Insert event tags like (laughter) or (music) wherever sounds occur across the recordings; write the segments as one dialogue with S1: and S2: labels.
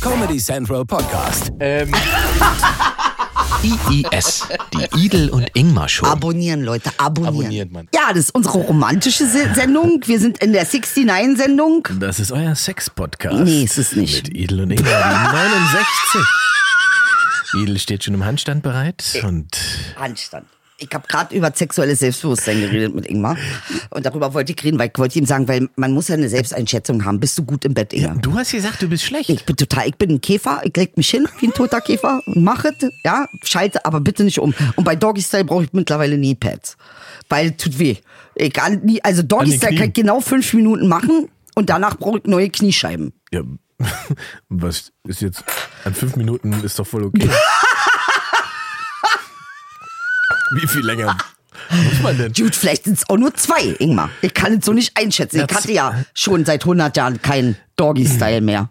S1: Comedy Central Podcast.
S2: Ähm,
S3: IIS, die Idel und Ingmar Show.
S4: Abonnieren, Leute, abonnieren.
S2: Abonniert, Mann.
S4: Ja, das ist unsere romantische Se Sendung. Wir sind in der 69-Sendung.
S3: Das ist euer Sex-Podcast.
S4: Nee, ist es nicht.
S3: Mit Idel und Ingmar, die 69. Idel steht schon im Handstand bereit und
S4: Handstand. Ich habe gerade über sexuelles Selbstbewusstsein geredet mit Ingmar. Und darüber wollte ich reden, weil ich wollte ihm sagen, weil man muss ja eine Selbsteinschätzung haben. Bist du gut im Bett, Ingmar?
S3: du hast gesagt, du bist schlecht.
S4: Ich bin total, ich bin ein Käfer, ich leg mich hin wie ein toter Käfer und mache es, ja, schalte aber bitte nicht um. Und bei Doggy Style brauche ich mittlerweile Kneepads, weil tut weh. Egal, nie- also
S3: An
S4: Doggy
S3: den
S4: Style
S3: Knien.
S4: kann ich genau fünf Minuten machen und danach brauche ich neue Kniescheiben.
S3: Ja, (laughs) was ist jetzt? An fünf Minuten ist doch voll
S4: (laughs)
S3: okay. Wie viel länger muss man denn?
S4: Dude, vielleicht sind es auch nur zwei, Ingmar. Ich kann es so nicht einschätzen. Ich
S3: Ja,
S4: hatte ja schon seit 100 Jahren keinen Doggy Style mehr.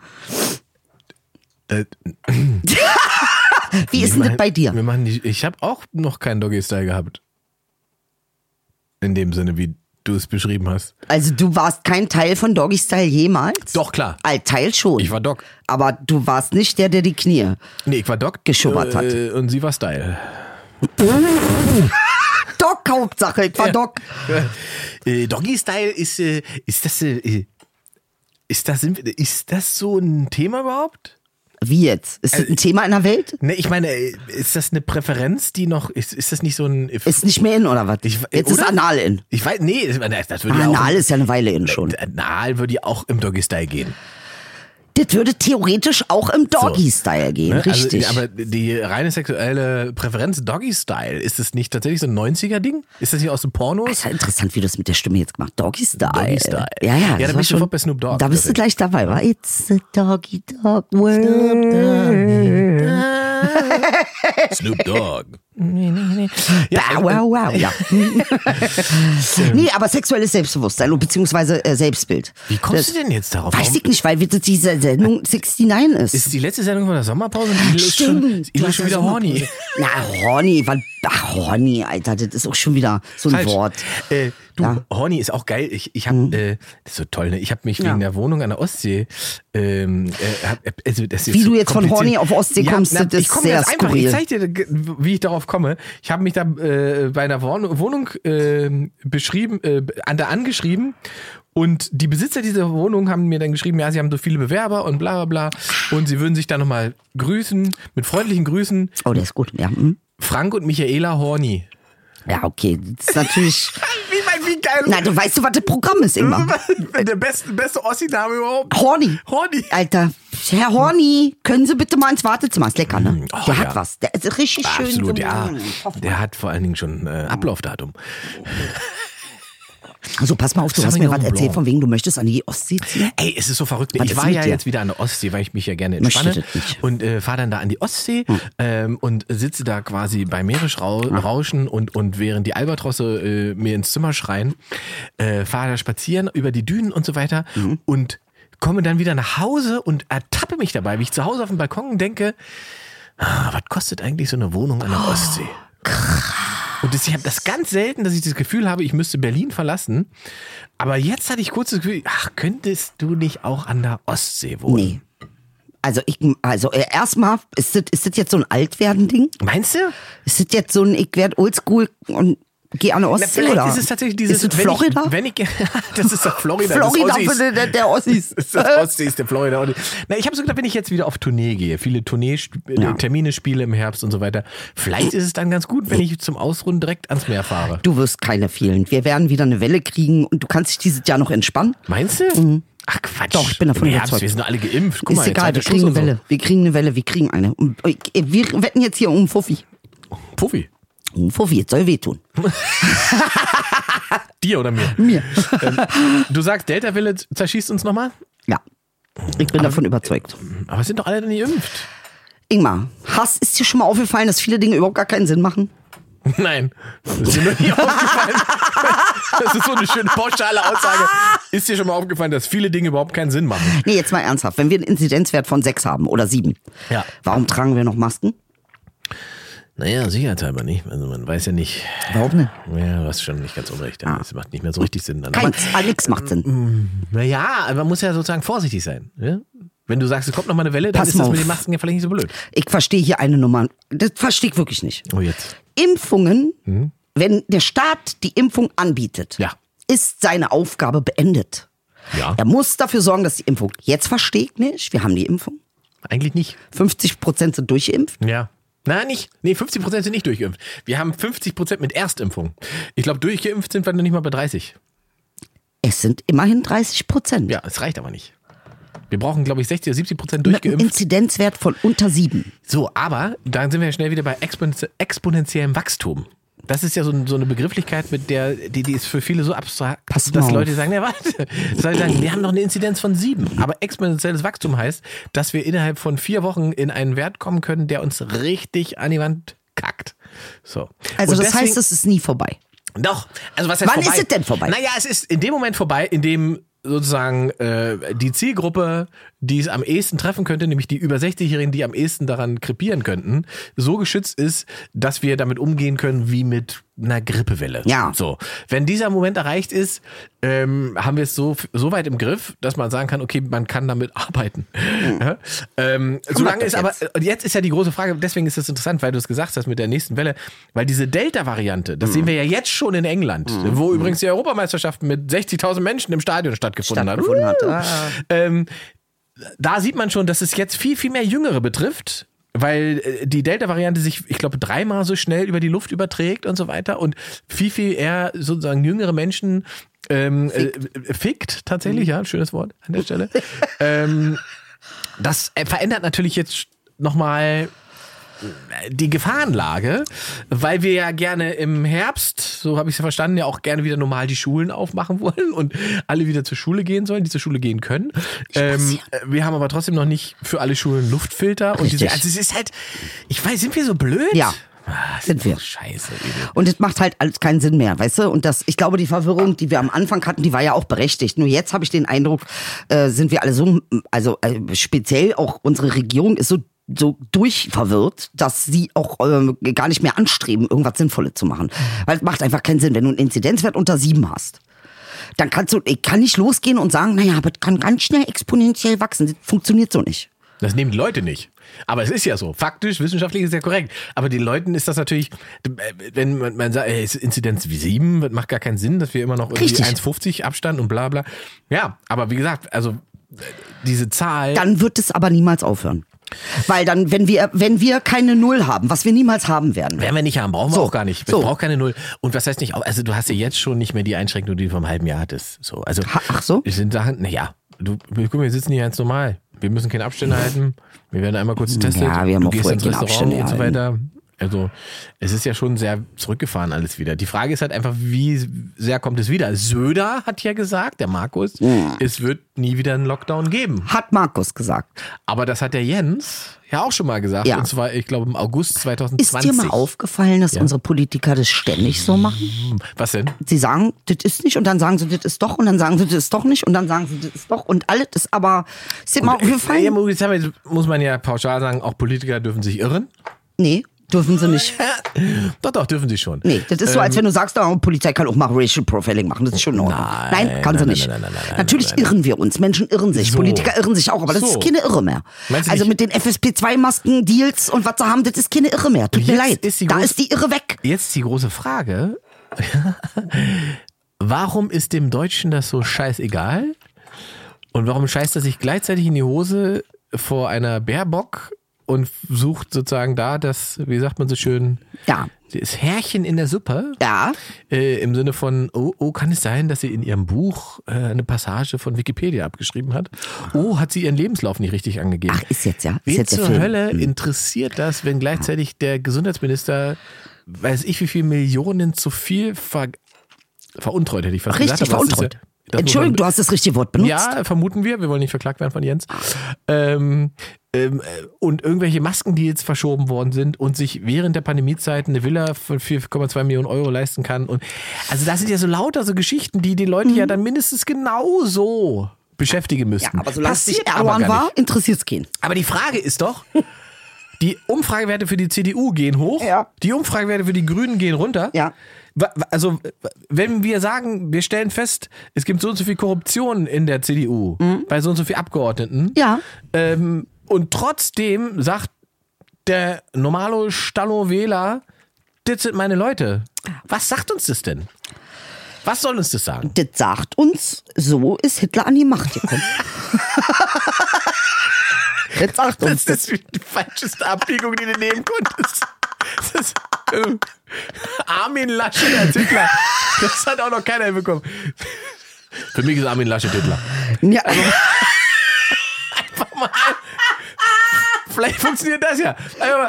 S3: Äh,
S4: Wie ist denn
S3: wir
S4: das
S3: machen-
S4: bei dir?
S3: Wir machen die, ich habe auch noch keinen Doggy-Style gehabt. In dem Sinne, wie du es beschrieben hast.
S4: Also du warst kein Teil von Doggy Style jemals?
S3: Doch, klar.
S4: Al Teil schon.
S3: Ich war Doc.
S4: Aber du warst nicht der, der die Knie.
S3: Nee, ich war Doc.
S4: Geschubbert hat.
S3: äh, Und sie war Style. (laughs)
S4: Doc Hauptsache, ich war
S3: Ja.
S4: Doc.
S3: Äh, Doggy-Style ist, äh, ist das, äh, ist das, ist das so ein Thema überhaupt?
S4: Wie jetzt? Ist
S3: Äh,
S4: das ein Thema in der Welt?
S3: Ne, ich meine, äh, ist das eine Präferenz, die noch, ist, ist das nicht so ein, ich,
S4: Ist nicht mehr in oder was?
S3: Ich-
S4: jetzt ist
S3: oder?
S4: Anal in.
S3: ich weiß, nee, ich meine, das würde ja Äh, auch,
S4: Anal ist ja eine Weile in schon.
S3: Anal würde ja auch im Doggy-Style gehen.
S4: Das würde theoretisch auch im Doggy-Style gehen,
S3: Ne?
S4: richtig.
S3: Also, aber die reine sexuelle Präferenz Doggy-Style, ist das nicht tatsächlich so ein 90er-Ding? Ist das nicht aus dem Pornos?
S4: Ah, (laughs) ist ja interessant, wie du es mit der Stimme jetzt gemacht Doggy-Style.
S3: Doggy-Style.
S4: Ja,
S3: Ja,
S4: ja. das
S3: da bin
S4: war
S3: ich sofort bei Snoop Dogg
S4: Da bist du
S3: direkt.
S4: gleich dabei, wa? It's a doggy-dog world.
S3: Snoop Dogg.
S4: Bow, wow, wow.
S3: (laughs)
S4: Ja. nee, aber sexuelles Selbstbewusstsein und beziehungsweise äh, Selbstbild.
S3: Wie kommst
S4: das,
S3: du denn jetzt darauf?
S4: Weiß
S3: Warum-
S4: ich nicht, weil wir- diese Sendung 69 ist.
S3: Ist die letzte Sendung von der Sommerpause und Idel ist schon,
S4: Stimmt. du
S3: Idel
S4: hast
S3: ist schon
S4: ja
S3: wieder
S4: so
S3: horny.
S4: eine- Na, horny, wann, ach, horny, Alter, das ist auch schon wieder so ein
S3: Falsch.
S4: Wort.
S3: Äh, du,
S4: Ja. Mhm.
S3: Horny ist auch geil. Ich, ich habe, äh, das ist so toll, ne? Ich habe mich wegen der Wohnung an der Ostsee, ähm, äh, hab, also das ist
S4: Wie
S3: so
S4: du jetzt von
S3: kompliziert.
S4: Horny auf Ostsee kommst, das
S3: ich
S4: ist
S3: komm
S4: sehr
S3: ganz einfach,
S4: skurril.
S3: Ich zeig dir, ge- wie ich darauf komme. Ich habe mich da äh, bei einer Wohn Wohnung ähm, beschrieben, äh, an der angeschrieben. Und die Besitzer dieser Wohnung haben mir dann geschrieben, ja, sie haben so viele Bewerber und bla bla bla. Und sie würden sich da nochmal grüßen, mit freundlichen Grüßen.
S4: Oh, der ist gut, ja. Hm.
S3: Frank und Michaela Horny.
S4: Ja, okay, das ist natürlich.
S3: Wie, wie geil
S4: Na, du weißt du, was das Programm ist
S3: Hm? (laughs)
S4: immer.
S3: Der beste, beste Ossi-Name überhaupt.
S4: Horny.
S3: Horny.
S4: Alter, Herr Horny, können Sie bitte mal ins Wartezimmer? Ist lecker, ne?
S3: oh,
S4: der
S3: ja.
S4: hat was. Der ist richtig schön.
S3: Absolut,
S4: so,
S3: ja.
S4: mm, hoff-
S3: Der hat vor allen Dingen schon äh, Ablaufdatum.
S4: Also pass mal auf, du hast mir
S3: Sauvignon
S4: was erzählt,
S3: Blanc.
S4: von wegen du möchtest an die Ostsee ziehen.
S3: Ey, es ist so verrückt.
S4: Was
S3: ich
S4: ist
S3: war
S4: mit
S3: ja
S4: dir?
S3: jetzt wieder an der Ostsee, weil ich mich ja gerne
S4: Möchte
S3: entspanne.
S4: das nicht. Hm.
S3: Und äh, fahre dann da an die Ostsee ähm, und sitze da quasi bei Meeresrauschen und, und während die Albatrosse äh, mir ins Zimmer schreien, äh, fahre da spazieren über die Dünen und so weiter
S4: Hm.
S3: und komme dann wieder nach Hause und ertappe mich dabei, wie ich zu Hause auf dem Balkon denke, ah, was kostet eigentlich so eine Wohnung an der
S4: Oh,
S3: Ostsee? Und das, ich habe das ganz selten, dass ich das Gefühl habe, ich müsste Berlin verlassen. Aber jetzt hatte ich kurz das Gefühl, ach, könntest du nicht auch an der Ostsee wohnen?
S4: Nee. Also ich, also äh, erstmal, ist das, ist das jetzt so ein Altwerden-Ding?
S3: Meinst du?
S4: Ist das jetzt so ein, ich werde oldschool und gehe an die
S3: Na,
S4: Ostsee?
S3: vielleicht
S4: oder?
S3: ist es tatsächlich dieses.
S4: Ist es
S3: wenn
S4: Florida?
S3: Ich, (laughs) wenn ich, das ist doch Florida. des
S4: Florida
S3: Ossis. (laughs)
S4: für den- der, der Ossis.
S3: Das ist das Ostsee, ist der Florida. Und- Na, ich habe so gedacht, wenn ich jetzt wieder auf Tournee gehe, viele Tournee-Termine spiele im Herbst und so weiter, vielleicht ist es dann ganz gut, wenn ich zum Ausruhen direkt ans Meer fahre.
S4: Du wirst keine fehlen. Wir werden wieder eine Welle kriegen und du kannst dich dieses Jahr noch entspannen.
S3: Meinst du? Ach Quatsch.
S4: Mhm. Doch, ich bin davon
S3: Im Herbst,
S4: überzeugt.
S3: Wir sind doch alle geimpft. Guck
S4: ist
S3: mal, jetzt
S4: egal,
S3: hat
S4: wir
S3: der
S4: kriegen eine
S3: Schuss und
S4: Welle. Wir kriegen eine Welle, wir kriegen eine. Und, äh, Wir wetten jetzt hier um Fuffi.
S3: So. Puffi.
S4: Um Fuffi, jetzt soll wehtun.
S3: Dir oder mir?
S4: Mir.
S3: ähm, du sagst, Delta Welle zerschießt uns nochmal?
S4: Ja. Ich bin davon überzeugt.
S3: Aber es sind doch alle dann geimpft.
S4: Ingmar, Hass ist dir schon mal aufgefallen, dass viele Dinge überhaupt gar keinen Sinn machen?
S3: (laughs) Nein, das ist dir noch (laughs) nie aufgefallen. Das ist so eine schöne pauschale Aussage. Ist dir schon mal aufgefallen, dass viele Dinge überhaupt keinen Sinn machen?
S4: Nee, jetzt mal ernsthaft. Wenn wir einen Inzidenzwert von sechs haben oder sieben,
S3: Ja.
S4: warum tragen wir noch Masken?
S3: Naja, sicherheitshalber nicht. Also man weiß ja nicht.
S4: Warum nicht?
S3: Ja, du hast schon nicht ganz unrecht. Das macht nicht mehr so richtig Sinn. Dann.
S4: Keins, ah, nix macht Sinn.
S3: Naja, man muss ja sozusagen vorsichtig sein. Ja? Wenn du sagst, es kommt noch mal eine Welle, dann
S4: Pass
S3: ist das
S4: mal
S3: mit
S4: auf.
S3: den Masken ja vielleicht nicht so blöd.
S4: Ich verstehe hier eine Nummer. Das verstehe ich wirklich nicht.
S3: Oh, jetzt.
S4: Impfungen, wenn der Staat die Impfung anbietet,
S3: Mhm. Ja.
S4: ist seine Aufgabe beendet.
S3: Ja.
S4: Er muss dafür sorgen, dass die Impfung. Jetzt verstehe ich nicht, wir haben die Impfung.
S3: Eigentlich nicht.
S4: 50 Prozent sind durchgeimpft.
S3: Ja. Na, nicht. Nee, 50 Prozent sind nicht durchgeimpft. Wir haben 50 Prozent mit Erstimpfung. Ich glaube, durchgeimpft sind wir noch nicht mal bei 30.
S4: Es sind immerhin 30 Prozent.
S3: Ja, es reicht aber nicht. Wir brauchen, glaube ich, 60 oder 70 Prozent
S4: Mit einem
S3: durchgeimpft.
S4: Inzidenzwert von unter sieben.
S3: So, aber dann sind wir ja schnell wieder bei exponent exponentiellem Wachstum. Das ist ja so, ein- so eine Begrifflichkeit, mit der, die, die ist für viele so abstrakt,
S4: Pass mal
S3: dass
S4: auf.
S3: Leute sagen, ja, warte, das heißt, sagen, wir haben doch eine Inzidenz von sieben. Aber exponentielles Wachstum heißt, dass wir innerhalb von vier Wochen in einen Wert kommen können, der uns richtig an die Wand kackt. So.
S4: Also
S3: Und
S4: das
S3: deswegen-
S4: heißt, es ist nie vorbei.
S3: doch. Also was heißt
S4: Wann
S3: vorbei?
S4: ist es denn vorbei?
S3: Naja, es ist in dem Moment vorbei, in dem sozusagen äh, die Zielgruppe, die es am ehesten treffen könnte, nämlich die über 60-Jährigen, die am ehesten daran krepieren könnten, so geschützt ist, dass wir damit umgehen können wie mit einer Grippewelle.
S4: Ja.
S3: So. Wenn dieser Moment erreicht ist, ähm, haben wir es so, so weit im Griff, dass man sagen kann, okay, man kann damit (laughs) arbeiten.
S4: Hm.
S3: Ja? Ähm, solange
S4: das
S3: es aber,
S4: jetzt.
S3: und jetzt ist ja die große Frage, deswegen ist es interessant, weil du es gesagt hast mit der nächsten Welle, weil diese Delta-Variante,
S4: Mhm.
S3: das sehen wir ja jetzt schon in England, wo übrigens die Europameisterschaft mit 60.000 Menschen im Stadion stattgefunden,
S4: Stattgefunden
S3: hat.
S4: hat.
S3: Uh.
S4: Ah.
S3: Ähm, da sieht man schon, dass es jetzt viel, viel mehr Jüngere betrifft, weil äh, die Delta-Variante sich, ich glaube, dreimal so schnell über die Luft überträgt und so weiter und viel, viel eher sozusagen jüngere Menschen ähm, fickt. Äh, fickt tatsächlich,
S4: Mhm.
S3: ja, schönes Wort an der
S4: (laughs)
S3: Stelle. ähm, das äh, verändert natürlich jetzt nochmal äh, die Gefahrenlage, weil wir ja gerne im Herbst, so habe ich es ja verstanden, ja auch gerne wieder normal die Schulen aufmachen (laughs) wollen und alle wieder zur Schule gehen sollen, die zur Schule gehen können. Ähm, äh, wir haben aber trotzdem noch nicht für alle Schulen Luftfilter und diese,
S4: Richtig.
S3: also es ist halt, ich weiß, sind wir so blöd?
S4: Ja.
S3: Ah, ist
S4: Sind wir.
S3: doch Scheiße. Ede.
S4: Und das macht halt alles keinen Sinn mehr, weißt du? Und das, ich glaube, die Verwirrung, die wir am Anfang hatten, die war ja auch berechtigt. Nur jetzt habe ich den Eindruck, äh, sind wir alle so, also äh, speziell auch unsere Regierung ist so so durchverwirrt, dass sie auch ähm, gar nicht mehr anstreben, irgendwas Sinnvolles zu machen. Weil es macht einfach keinen Sinn, wenn du einen Inzidenzwert unter sieben hast. Dann kannst du, ich kann nicht losgehen und sagen, naja, aber das kann ganz schnell exponentiell wachsen. Das funktioniert so nicht.
S3: Das nehmen die Leute nicht. Aber es ist ja so. Faktisch, wissenschaftlich ist ja korrekt. Aber den Leuten ist das natürlich, äh, wenn man, man sagt, ey, ist Inzidenz wie 7, das macht gar keinen Sinn, dass wir immer noch irgendwie
S4: Richtig.
S3: 1,50 Abstand und bla bla. Ja, aber wie gesagt, also äh, diese Zahl.
S4: dann wird es aber niemals aufhören. Weil dann, wenn wir, wenn wir keine Null haben, was wir niemals haben werden.
S3: Werden wir nicht haben, brauchen wir
S4: So,
S3: auch gar nicht. Wir
S4: so.
S3: brauchen keine Null. Und was heißt nicht, auch- also du hast ja jetzt schon nicht mehr die Einschränkung, die du vom halben Jahr hattest. So, also
S4: Ha- ach so?
S3: Es sind Sachen, naja, du, wir- guck mal, wir sitzen hier ganz normal. Wir müssen keine Abstände halten. Wir werden einmal kurz getestet.
S4: Ja, wir haben
S3: du
S4: auch
S3: gehst
S4: vorher
S3: ins
S4: keine
S3: Restaurant
S4: Abstände
S3: und so weiter. Also es ist ja schon sehr zurückgefahren alles wieder. Die Frage ist halt einfach, wie sehr kommt es wieder? Söder hat ja gesagt, der Markus, es wird nie wieder einen Lockdown geben.
S4: Hat Markus gesagt.
S3: Aber das hat der Jens ja auch schon mal gesagt.
S4: Ja.
S3: Und zwar, ich glaube, im August
S4: Ist
S3: 2020.
S4: dir mal aufgefallen, dass unsere Politiker das ständig so machen?
S3: Was denn?
S4: Sie sagen, das ist nicht und dann sagen sie, das ist doch und dann sagen sie, das ist doch nicht und dann sagen sie, das ist doch und alles ist aber, ist dir mal
S3: Ja,
S4: aufgefallen?
S3: Moritz, jetzt muss man ja pauschal sagen, auch Politiker dürfen sich irren.
S4: Nee, dürfen
S3: (laughs)
S4: sie nicht.
S3: Doch, doch, dürfen sie schon.
S4: Nee, das ist so, als
S3: Ähm.
S4: wenn du sagst, oh, Polizei kann auch mal Racial Profiling machen. Das ist schon in Ordnung.
S3: Nein,
S4: Nein, kann sie
S3: nein,
S4: nicht.
S3: nein, nein, nein, nein,
S4: Natürlich
S3: nein, nein.
S4: irren wir uns. Menschen irren sich.
S3: So.
S4: Politiker irren sich auch, aber das
S3: So.
S4: ist keine Irre mehr.
S3: Meinst du
S4: Also
S3: nicht-
S4: mit den FSP2-Masken, Deals und was sie haben, das ist keine Irre mehr. Tut mir
S3: Jetzt
S4: leid.
S3: ist die
S4: da
S3: groß-
S4: ist die Irre weg.
S3: Jetzt die große Frage. (laughs) warum ist dem Deutschen das so scheißegal? Und warum scheißt er sich gleichzeitig in die Hose vor einer Bärbock und sucht sozusagen da das, wie sagt man so schön,
S4: Ja.
S3: das Härchen in der Suppe?
S4: Ja.
S3: Äh, Im Sinne von, oh, oh, kann es sein, dass sie in ihrem Buch äh, eine Passage von Wikipedia abgeschrieben hat? Oh, hat sie ihren Lebenslauf nicht richtig angegeben?
S4: Ach, ist jetzt, ja. Ist
S3: Wen
S4: jetzt der
S3: zur
S4: Film. Hm.
S3: Hölle interessiert das, wenn gleichzeitig der Gesundheitsminister, weiß ich wie viel Millionen zu viel ver veruntreut, hätte ich fast
S4: Richtig,
S3: gesagt. aber das ist
S4: veruntreut.
S3: ja- das muss
S4: Entschuldigung,
S3: man-
S4: du hast das richtige Wort benutzt.
S3: ja, vermuten wir. Wir wollen nicht verklagt werden von Jens. Ähm, ähm, äh, und irgendwelche Maskendeals verschoben worden sind und sich während der Pandemiezeit eine Villa von 4,2 Millionen Euro leisten kann. Und also das sind ja so lauter so Geschichten, die die Leute ja dann mindestens genauso beschäftigen müssen.
S4: Mhm. Ja, aber solange es nicht
S3: Passiert aber
S4: Erdogan
S3: gar
S4: war,
S3: nicht.
S4: interessiert es keinen.
S3: Aber die Frage ist doch, die Umfragewerte für die CDU gehen hoch,
S4: Ja.
S3: die Umfragewerte für die Grünen gehen runter.
S4: Ja.
S3: wa- wa- also wa- wenn wir sagen, wir stellen fest, es gibt so und so viel Korruption in der CDU bei so und so viel Abgeordneten.
S4: Mhm. Ja.
S3: Ähm, und trotzdem sagt der normalo Stallo Wähler, das sind meine Leute. Was sagt uns das denn? Was soll uns das sagen?
S4: Das sagt uns, so ist Hitler an die
S3: (laughs)
S4: Macht gekommen. das sagt uns das.
S3: ist die falscheste Abbiegung, die du nehmen konntest. Das ist, äh, Armin Laschet als Hitler. Das hat auch noch keiner hinbekommen. Für mich ist Armin Laschet Hitler.
S4: Ja,
S3: Einfach mal. Vielleicht funktioniert das ja. Einfach, mal-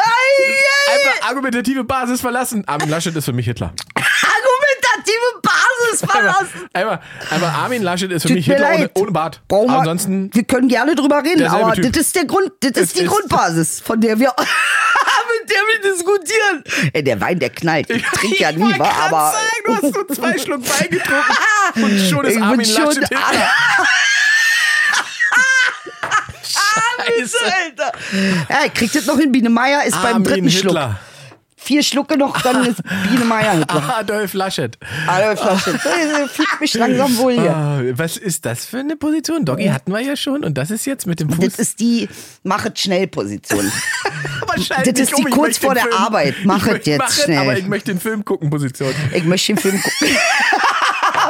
S3: einfach argumentative Basis verlassen. Armin Laschet ist für mich Hitler.
S4: argumentative Basis
S3: Einfach, (laughs)
S4: verlassen.
S3: einfach, einfach Armin Laschet ist für
S4: Ah, Tut
S3: mich
S4: mir
S3: Hitler ohne,
S4: leid.
S3: ohne Bart.
S4: Brauchen wir-
S3: Ansonsten
S4: Wir können gerne drüber reden,
S3: Derselbe
S4: aber
S3: Typ.
S4: das ist der Grund, das
S3: Es
S4: ist die
S3: ist-
S4: Grundbasis, von der wir (laughs) (laughs) mit der wir diskutieren. Ey, der Wein, der
S3: (laughs)
S4: knallt. Ich trinke ja nie,
S3: wollte
S4: wa?
S3: grad
S4: aber
S3: Sagen, du hast nur
S4: (laughs)
S3: zwei Schluck (laughs) Wein getrunken und schon ist
S4: Ich bin
S3: Armin
S4: schon-
S3: Laschet Hitler. Scheiße.
S4: Alter. Ja, ihr kriegt das noch hin. Biene Meier ist beim
S3: Armin
S4: dritten Schluck.
S3: Ah, Hitler.
S4: Vier Schlucke noch,
S3: (laughs)
S4: dann ist Biene
S3: Ah,
S4: Meier Hitler.
S3: Adolf Laschet.
S4: Adolf Laschet. Äh, Fliegt mich langsam wohl hier.
S3: Ah, was ist das für eine Position? Doggy hatten wir ja schon und das ist jetzt mit dem Fuß.
S4: Das ist die machet schnell Position.
S3: Wahrscheinlich
S4: das ist
S3: um.
S4: die
S3: Ich
S4: kurz
S3: möchte
S4: vor
S3: den
S4: der Arbeit. Mach
S3: Ich
S4: es
S3: möchte-
S4: jetzt
S3: mach es,
S4: schnell.
S3: Aber ich möchte den Film gucken, Position.
S4: Ich möchte den Film gucken. (laughs)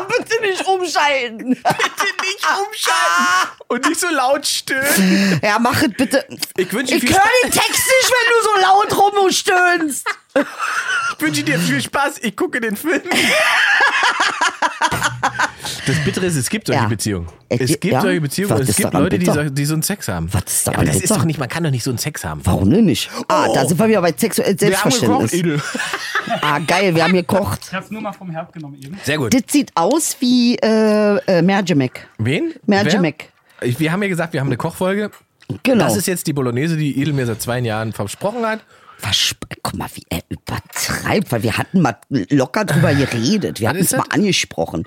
S4: Bitte nicht umschalten.
S3: Bitte nicht umschalten und nicht so laut stöhnen.
S4: Ja, mach es bitte.
S3: Ich wünsche
S4: Ich
S3: viel
S4: höre
S3: Spaß.
S4: den Text nicht, wenn du so laut rumstöhnst.
S3: Ich wünsche dir viel Spaß. Ich gucke den Film. Das Bittere ist, es gibt solche
S4: Ja.
S3: Beziehungen.
S4: Es
S3: Es
S4: gibt-
S3: gibt
S4: ja?
S3: solche Beziehungen.
S4: Was
S3: und es
S4: ist
S3: gibt
S4: daran
S3: Leute, die
S4: bitter?
S3: so, die so einen Sex haben.
S4: Was ist
S3: ja,
S4: daran
S3: aber das ist
S4: bitter?
S3: doch nicht, man kann doch nicht so einen Sex haben.
S4: Warum denn nicht? Ah, da sind wir wieder bei sexuellem
S3: Oh. Wir haben gekocht,
S4: Selbstverständnis.
S3: Edel.
S4: Ah, geil, wir haben gekocht.
S2: Ich hab's nur mal vom Herd genommen eben.
S3: Sehr gut.
S4: Das sieht aus wie äh, äh, Mergemek.
S3: Wen?
S4: Mergemek.
S3: Wer? Ich- Wir haben ja gesagt, wir haben eine Kochfolge.
S4: Genau.
S3: Das ist jetzt die Bolognese, die Edel mir seit zwei Jahren versprochen hat.
S4: Versp Guck mal, wie er übertreibt, weil wir hatten mal locker drüber geredet. Wir hatten es
S3: ist
S4: mal
S3: das?
S4: angesprochen.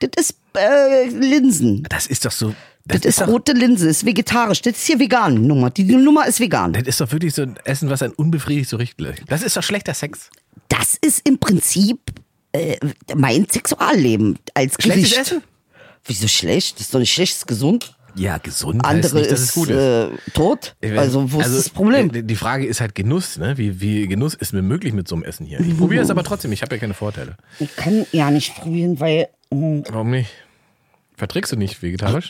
S4: Das ist äh, Linsen.
S3: Das ist doch so.
S4: Das, ist,
S3: doch,
S4: rote Linse, ist vegetarisch. Das ist hier vegan, Nummer. Die Nummer ist vegan.
S3: das ist doch wirklich so ein Essen, was einen unbefriedigt so richtig. Das ist doch schlechter Sex.
S4: Das ist im Prinzip äh, mein Sexualleben als
S3: Schlechtes
S4: Gericht.
S3: Essen?
S4: Wieso schlecht? Das ist doch nicht schlecht, das ist gesund.
S3: Ja, gesund heißt
S4: Andere
S3: nicht, dass
S4: ist,
S3: es gut ist.
S4: äh, tot.
S3: Ich weiß-
S4: Also, wo ist das Problem?
S3: Die die Frage ist halt Genuss, ne? Wie, wie Genuss ist mir möglich mit so einem Essen hier? Ich
S4: Oh.
S3: probiere es aber trotzdem, ich habe ja keine Vorteile.
S4: Ich kann ja nicht probieren, weil hm, mh,
S3: Warum nicht? Verträgst du nicht vegetarisch?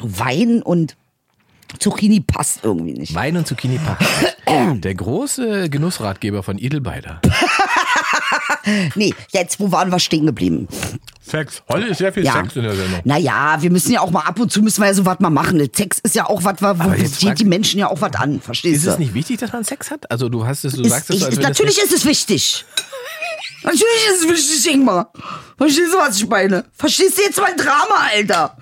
S4: Wein und Zucchini passt irgendwie
S3: (laughs)
S4: nicht.
S3: Wein und Zucchini packen. (clears throat) Der große Genussratgeber von Edelbeider.
S4: Nee, jetzt, wo waren wir stehen geblieben?
S3: Sex. Heute ist sehr viel Sex in der Sendung.
S4: Naja, wir müssen ja auch mal ab und zu müssen wir ja so was mal machen. Ne, Sex ist ja auch was, wa- wo
S3: Aber jetzt
S4: geht
S3: frag-
S4: die Menschen ja auch was an, verstehst
S3: Ist
S4: du?
S3: es nicht wichtig, dass man Sex hat? Also du hast es, du
S4: Ist-
S3: sagst es so,
S4: ich,
S3: als wenn das
S4: natürlich ist es wichtig. Natürlich ist es wichtig, Ingmar. Verstehst du, was ich meine? Verstehst du jetzt mein Drama, Alter?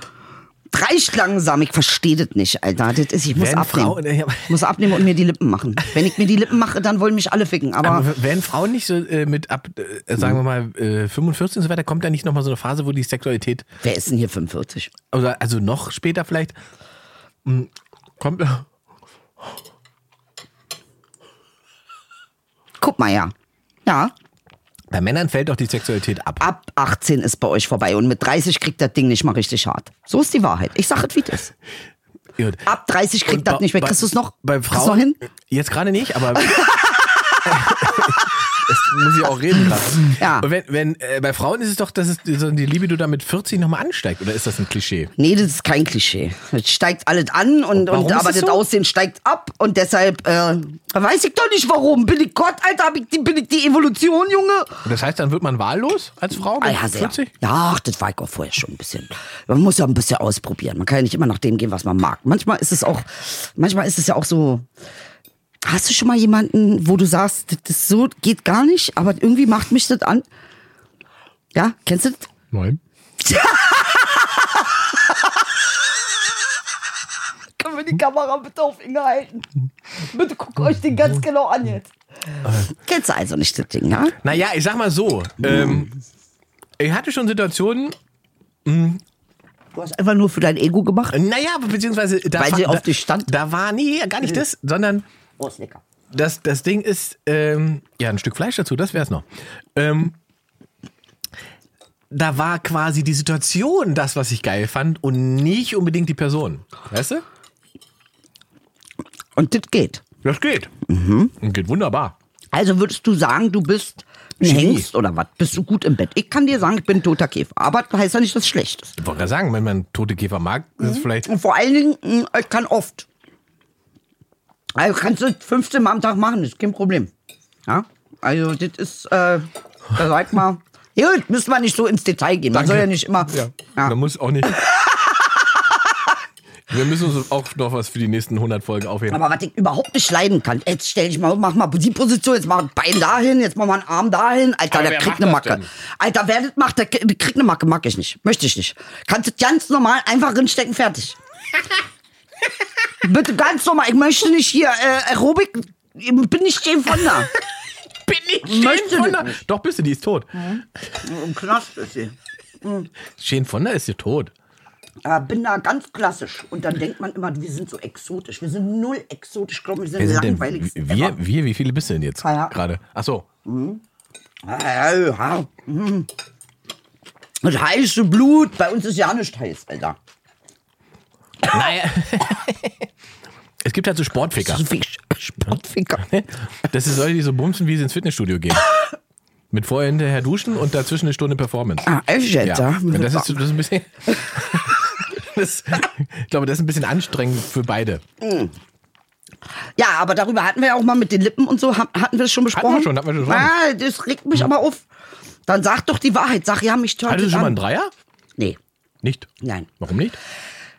S4: Reicht langsam. Ich verstehe das nicht, Alter. Das ist, ich muss
S3: Wenn
S4: abnehmen.
S3: Frauen- (laughs) Ja, aber-
S4: ich muss abnehmen und mir die Lippen machen. Wenn ich mir die Lippen mache, dann wollen mich alle ficken. Aber,
S3: Aber werden Frauen nicht so äh, mit ab, äh, sagen wir mal, äh, 45 und so weiter, kommt da nicht nochmal so eine Phase, wo die Sexualität,
S4: wer ist denn hier 45?
S3: oder also noch später vielleicht, mm, mh, kommt.
S4: Guck mal, ja. Ja.
S3: Bei Männern fällt doch die Sexualität ab.
S4: Ab 18 ist bei euch vorbei und mit 30 kriegt das Ding nicht mal richtig hart. So ist die Wahrheit. Ich sage es, wie das ist.
S3: Gut.
S4: Ab 30
S3: Und
S4: kriegt das
S3: bei-
S4: nicht mehr.
S3: bei-
S4: Kriegst du es noch?
S3: Bei
S4: Kriegst du's noch
S3: Frauen?
S4: hin?
S3: Jetzt gerade nicht,
S4: (laughs)
S3: aber. (laughs) Es muss ich auch reden lassen.
S4: Ja.
S3: Und wenn, wenn, äh, bei Frauen ist es doch, dass es, so die Libido da mit 40 nochmal ansteigt, oder ist das ein Klischee?
S4: Nee, das ist kein Klischee. Das steigt alles an und,
S3: Warum
S4: und
S3: ist
S4: aber
S3: es
S4: das
S3: so?
S4: Aussehen steigt ab und deshalb äh, weiß ich doch nicht warum. Bin ich Gott, Alter, hab ich die, bin ich die Evolution, Junge?
S3: Und das heißt, dann wird man wahllos als Frau mit
S4: Ah, ja, sehr.
S3: 40?
S4: Ja, ach, das war ich auch vorher schon ein bisschen. Man muss ja ein bisschen ausprobieren. Man kann ja nicht immer nach dem gehen, was man mag. Manchmal ist es auch, manchmal ist es ja auch so. Hast du schon mal jemanden, wo du sagst, das ist so geht gar nicht, aber irgendwie macht mich das an? Ja, kennst du das?
S3: Nein.
S4: Können wir die Kamera bitte auf Inge halten? Bitte guckt euch den ganz genau an jetzt. Kennst du also nicht das Ding, ja?
S3: Naja, ich sag mal so. Ähm, ich hatte schon Situationen,
S4: Du hast einfach nur für dein Ego gemacht.
S3: naja, beziehungsweise da,
S4: Weil sie
S3: da,
S4: auf dich stand?
S3: da war, nee, gar nicht das, sondern
S4: Oh, ist lecker.
S3: das, das Ding ist, ähm, ja, ein Stück Fleisch dazu, das wär's noch. Ähm, da war quasi die Situation das, was ich geil fand und nicht unbedingt die Person. Weißt du?
S4: Und das geht.
S3: Das geht.
S4: Mhm.
S3: Und Geht wunderbar.
S4: Also würdest du sagen, du bist ein
S3: Genie.
S4: Hengst oder was? Bist du gut im Bett? Ich kann dir sagen, ich bin ein toter Käfer. Aber das heißt ja nicht, dass es schlecht ist.
S3: Ich wollte gerade sagen, wenn man tote Käfer mag, ist
S4: Mhm.
S3: es vielleicht.
S4: Und vor allen Dingen, mh, ich kann oft. Also kannst du 15 Mal am Tag machen, das ist kein Problem. Ja? Also das ist, äh, da sag mal, (laughs) gut, müssen wir nicht so ins Detail gehen. Man soll ja nicht immer.
S3: Ja.
S4: Ja.
S3: Man muss auch nicht. (laughs) Wir müssen uns auch noch was für die nächsten 100 Folgen aufheben.
S4: Aber was ich überhaupt nicht leiden kann, jetzt stell dich mal, mach mal die Position, jetzt mach ein Bein dahin, jetzt mach mal einen Arm dahin. Alter,
S3: Aber
S4: der
S3: wer
S4: kriegt
S3: macht das
S4: eine Macke.
S3: denn?
S4: Alter, wer das macht, der k- der kriegt eine Macke, mag ich nicht. Möchte ich nicht. Kannst du ganz normal einfach
S3: (laughs)
S4: rinstecken, fertig. Bitte ganz normal, ich möchte nicht hier äh, Aerobik, ich bin nicht Jane Fonda.
S3: Bin ich
S4: Möchte
S3: Shane Fonda?
S4: das nicht. Mhm.
S3: Doch, bist du, die ist tot.
S4: Im Knast ist sie.
S3: Shane Fonda ist hier tot.
S4: Äh, bin da ganz klassisch. Und dann denkt man immer, wir sind so exotisch. Wir sind null exotisch, glaube wir sind,
S3: Wer sind denn,
S4: langweilig.
S3: wir, wir, wie viele bist du denn jetzt
S4: Ah, ja.
S3: gerade? Ach so.
S4: Ja, ja. mhm. äh, Das heiße Blut, bei uns ist ja nicht heiß, Alter.
S3: Naja. es gibt halt so Sportficker.
S4: Das ist wie Sportficker.
S3: Das sind Leute, die so bumsen, wie sie ins Fitnessstudio gehen. Mit vorher hinterher duschen und dazwischen eine Stunde Performance.
S4: Ah, echt, Alter?
S3: Ja. Und Das ist, das ist ein bisschen. (laughs) das, ich glaube, das ist ein bisschen anstrengend für beide.
S4: Ja, aber darüber hatten wir ja auch mal mit den Lippen und so, ha- hatten wir das schon besprochen?
S3: schon, hatten wir schon. Hm.
S4: Ah, das regt mich aber auf. Dann sag doch die Wahrheit. Sag, ja, mich turnt
S3: Hattest du
S4: das
S3: schon mal einen
S4: an.
S3: Dreier?
S4: Nee,
S3: Nicht.
S4: nein.
S3: Warum nicht?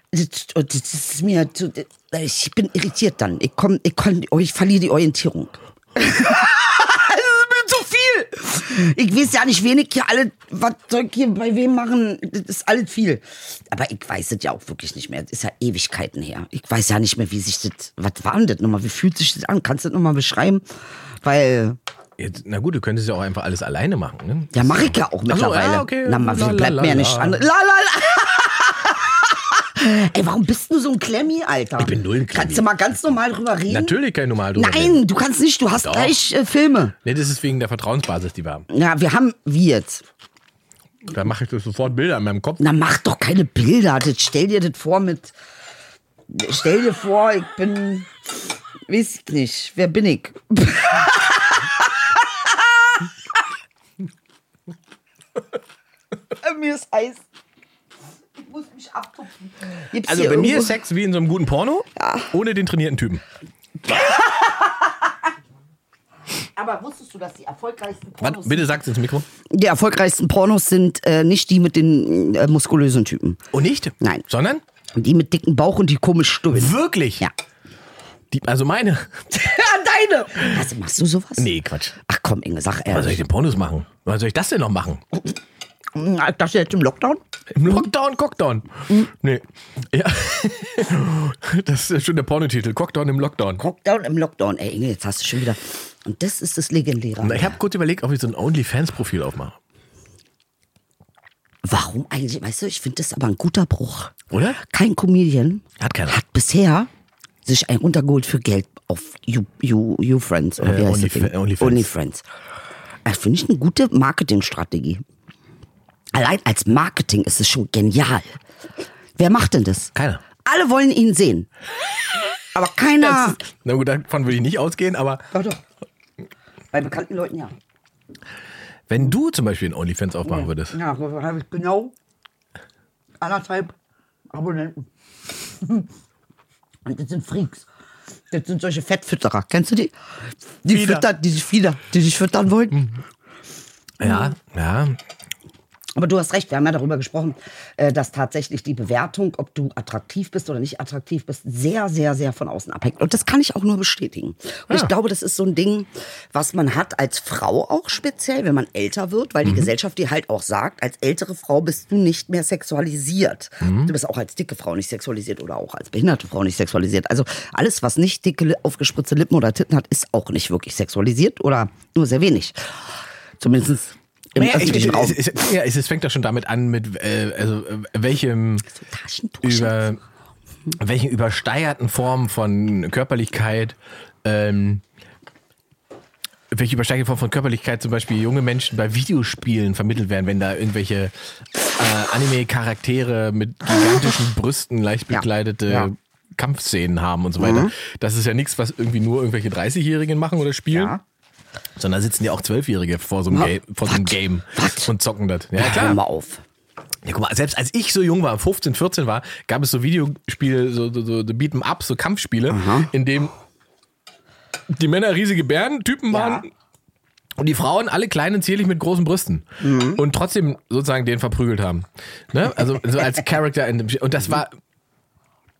S4: Das, das ist mir zu, ich bin irritiert dann. Ich komm, ich, komm, oh, ich verliere die Orientierung. das ist mir zu viel. Ich weiß ja nicht wenig hier alle, was soll ich hier bei wem machen. Das ist alles viel. Aber ich weiß es ja auch wirklich nicht mehr. Das ist ja Ewigkeiten her. Ich weiß ja nicht mehr, wie sich das, was war denn das nochmal? Wie fühlt sich das an? Kannst du das nochmal beschreiben? Weil,
S3: Jetzt, na gut, du könntest ja auch einfach alles alleine machen. Ne?
S4: ja, mache ich ja auch mittlerweile.
S3: ja, okay.
S4: Na, mal,
S3: La, la,
S4: bleibt mir
S3: la,
S4: ja nicht
S3: la.
S4: an. La, la, la. (laughs) Ey, warum bist du so ein Klemmi, Alter? Ich
S3: bin null ein Klemmi.
S4: Kannst du mal ganz normal drüber reden?
S3: Natürlich kein normal drüber reden.
S4: Nein, du kannst nicht, du hast
S3: Doch.
S4: gleich äh, Filme.
S3: Nee, das ist wegen der Vertrauensbasis, die wir haben.
S4: Na, wir haben, wie jetzt?
S3: Da mache ich sofort Bilder in meinem Kopf.
S4: Na, mach doch keine Bilder. Das, stell dir das vor mit, stell dir vor, ich bin, weiß ich nicht, wer bin ich? (laughs) Mir ist heiß. Ich muss mich abtupfen. Gibt's
S3: Also
S4: hier
S3: bei mir
S4: irgendwo-
S3: ist Sex wie in so einem guten Porno, ohne den trainierten Typen.
S4: Aber wusstest du, dass die erfolgreichsten
S3: Warte,
S4: Pornos
S3: bitte sag's ins Mikro.
S4: Die erfolgreichsten Pornos sind äh, nicht die mit den äh, muskulösen Typen.
S3: Und nicht?
S4: Nein.
S3: Sondern?
S4: Die mit dicken Bauch und die komisch stummen.
S3: Wirklich?
S4: Ja.
S3: Die, also meine.
S4: Ah, Deine! Also machst du
S3: (laughs)
S4: sowas?
S3: Nee, Quatsch.
S4: Ach komm, Inge, sag
S3: Was soll ich
S4: ehrlich.
S3: denn Pornos machen? Was soll ich das denn noch machen?
S4: Na, Ich dachte jetzt im Lockdown.
S3: Im Lockdown, Cockdown. Nee. (laughs) Ja. Das ist schon der Pornotitel. Cockdown im Lockdown.
S4: Lockdown im Lockdown. Ey, Inge, jetzt hast du schon wieder. Und das ist das Legendäre.
S3: Na, Ich habe kurz überlegt, ob ich so ein OnlyFans-Profil aufmache.
S4: Warum eigentlich? Weißt du, ich finde das aber ein guter Bruch.
S3: Oder?
S4: Kein Comedian
S3: Hat keiner.
S4: hat bisher sich einen runtergeholt für Geld auf You, you, you Friends. Oder wie
S3: Äh,
S4: heißt das
S3: Onlyf-
S4: Ding?
S3: Onlyfans.
S4: Onlyfriends. Das finde ich eine gute Marketingstrategie. Allein als Marketing ist es schon genial. Wer macht denn das?
S3: Keiner.
S4: Alle wollen
S3: (laughs)
S4: ihn sehen. Aber keiner.
S3: Na gut, davon würde ich nicht ausgehen, aber
S4: Doch, doch. Bei bekannten Leuten ja.
S3: wenn du zum Beispiel ein OnlyFans aufmachen würdest,
S4: Ja, so habe ich genau anderthalb Abonnenten. Und das sind Freaks. Das sind solche Fettfütterer. Kennst du die? Die
S3: Fieder.
S4: füttern, die sich Fieder, die sich füttern wollen.
S3: ja, ja,
S4: Aber du hast recht, wir haben ja darüber gesprochen, äh, dass tatsächlich die Bewertung, ob du attraktiv bist oder nicht attraktiv bist, sehr, sehr, sehr von außen abhängt. Und das kann ich auch nur bestätigen. Und ich glaube, das ist so ein Ding, was man hat als Frau auch speziell, wenn man älter wird, weil die
S3: Mhm.
S4: Gesellschaft dir halt auch sagt, als ältere Frau bist du nicht mehr sexualisiert.
S3: Mhm.
S4: Du bist auch als dicke Frau nicht sexualisiert oder auch als behinderte Frau nicht sexualisiert. Also alles, was nicht dicke, li- aufgespritzte Lippen oder Titten hat, ist auch nicht wirklich sexualisiert oder nur sehr wenig. Zumindest im
S3: Naja, ich,
S4: öffentlichen Raum.
S3: Also, es, es, ja, es, es fängt ja schon damit an, mit äh, also, äh, welchem
S4: Taschentuch.
S3: über welchen übersteigerten Formen von Körperlichkeit ähm, welche übersteigende Form von Körperlichkeit zum Beispiel junge Menschen bei Videospielen vermittelt werden, wenn da irgendwelche äh, Anime-Charaktere mit gigantischen Brüsten leicht
S4: Ja.
S3: bekleidete
S4: Ja. Mhm.
S3: Kampfszenen haben und so weiter. Das ist ja nichts, was irgendwie nur irgendwelche 30-Jährigen machen oder spielen.
S4: Ja.
S3: Sondern da sitzen ja auch Zwölfjährige vor so einem,
S4: Ja.
S3: Game, vor so einem
S4: Was?
S3: Game
S4: Was?
S3: und zocken das. Ja,
S4: Hör
S3: klar.
S4: mal auf.
S3: Ja, guck mal, selbst als ich so jung war, 15, 14 war, gab es so Videospiele, so, so, so Beat'em Up, so Kampfspiele, in dem die Männer riesige Bärentypen waren
S4: Ja.
S3: und die Frauen alle klein und zierlich mit großen Brüsten
S4: Mhm.
S3: und trotzdem sozusagen den verprügelt haben. Ne? Also so als Character in dem Spiel. Und das war,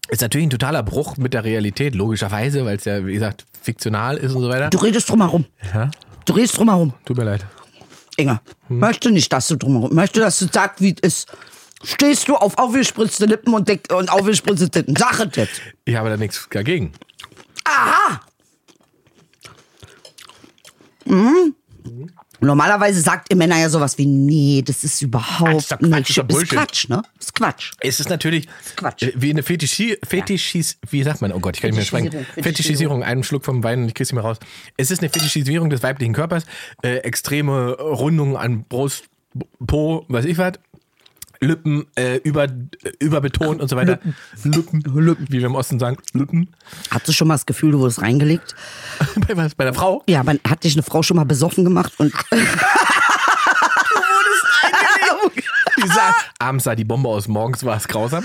S3: ist natürlich ein totaler Bruch mit der Realität, logischerweise, weil es ja, wie gesagt, fiktional ist und so weiter.
S4: Du redest drum herum.
S3: Ja, Hm.
S4: Du redest drum herum.
S3: tut mir leid.
S4: Inge, möchte nicht, dass du drumherum, möchte, dass du sagst, wie es ist. Stehst du auf aufgespritzte Lippen und, dick, und aufgespritzte Titten. Sag es jetzt.
S3: Ich habe da nichts dagegen.
S4: Mhm. Normalerweise sagt ihr Männer ja sowas wie, nee, das ist
S3: Das ist
S4: überhaupt
S3: doch Quatsch,
S4: nicht.
S3: ist doch
S4: ist
S3: Bullshit.
S4: Quatsch, ne? Ist Quatsch.
S3: Es ist natürlich
S4: Quatsch.
S3: äh, wie eine Fetischi Fetischis, wie sagt man? Oh Gott, ich kann nicht mehr sprechen.
S4: Fetischisierung,
S3: Fetischisierung.
S4: Fetischisierung.
S3: einen Schluck vom Wein und ich krieg's nicht mehr raus. Es ist eine Fetischisierung des weiblichen Körpers, äh, extreme Rundungen an Brust, B- Po, weiß ich was. Lippen äh, über, äh, überbetont und so weiter. Lippen, Lippen, wie wir im Osten sagen, Lippen.
S4: Hattest du schon mal das Gefühl, du wurdest reingelegt?
S3: (laughs) Bei was? Bei der Frau?
S4: Ja, man hat dich eine Frau schon mal besoffen gemacht und. du wurdest
S3: Die sah, abends sah die Bombe aus, morgens war es grausam.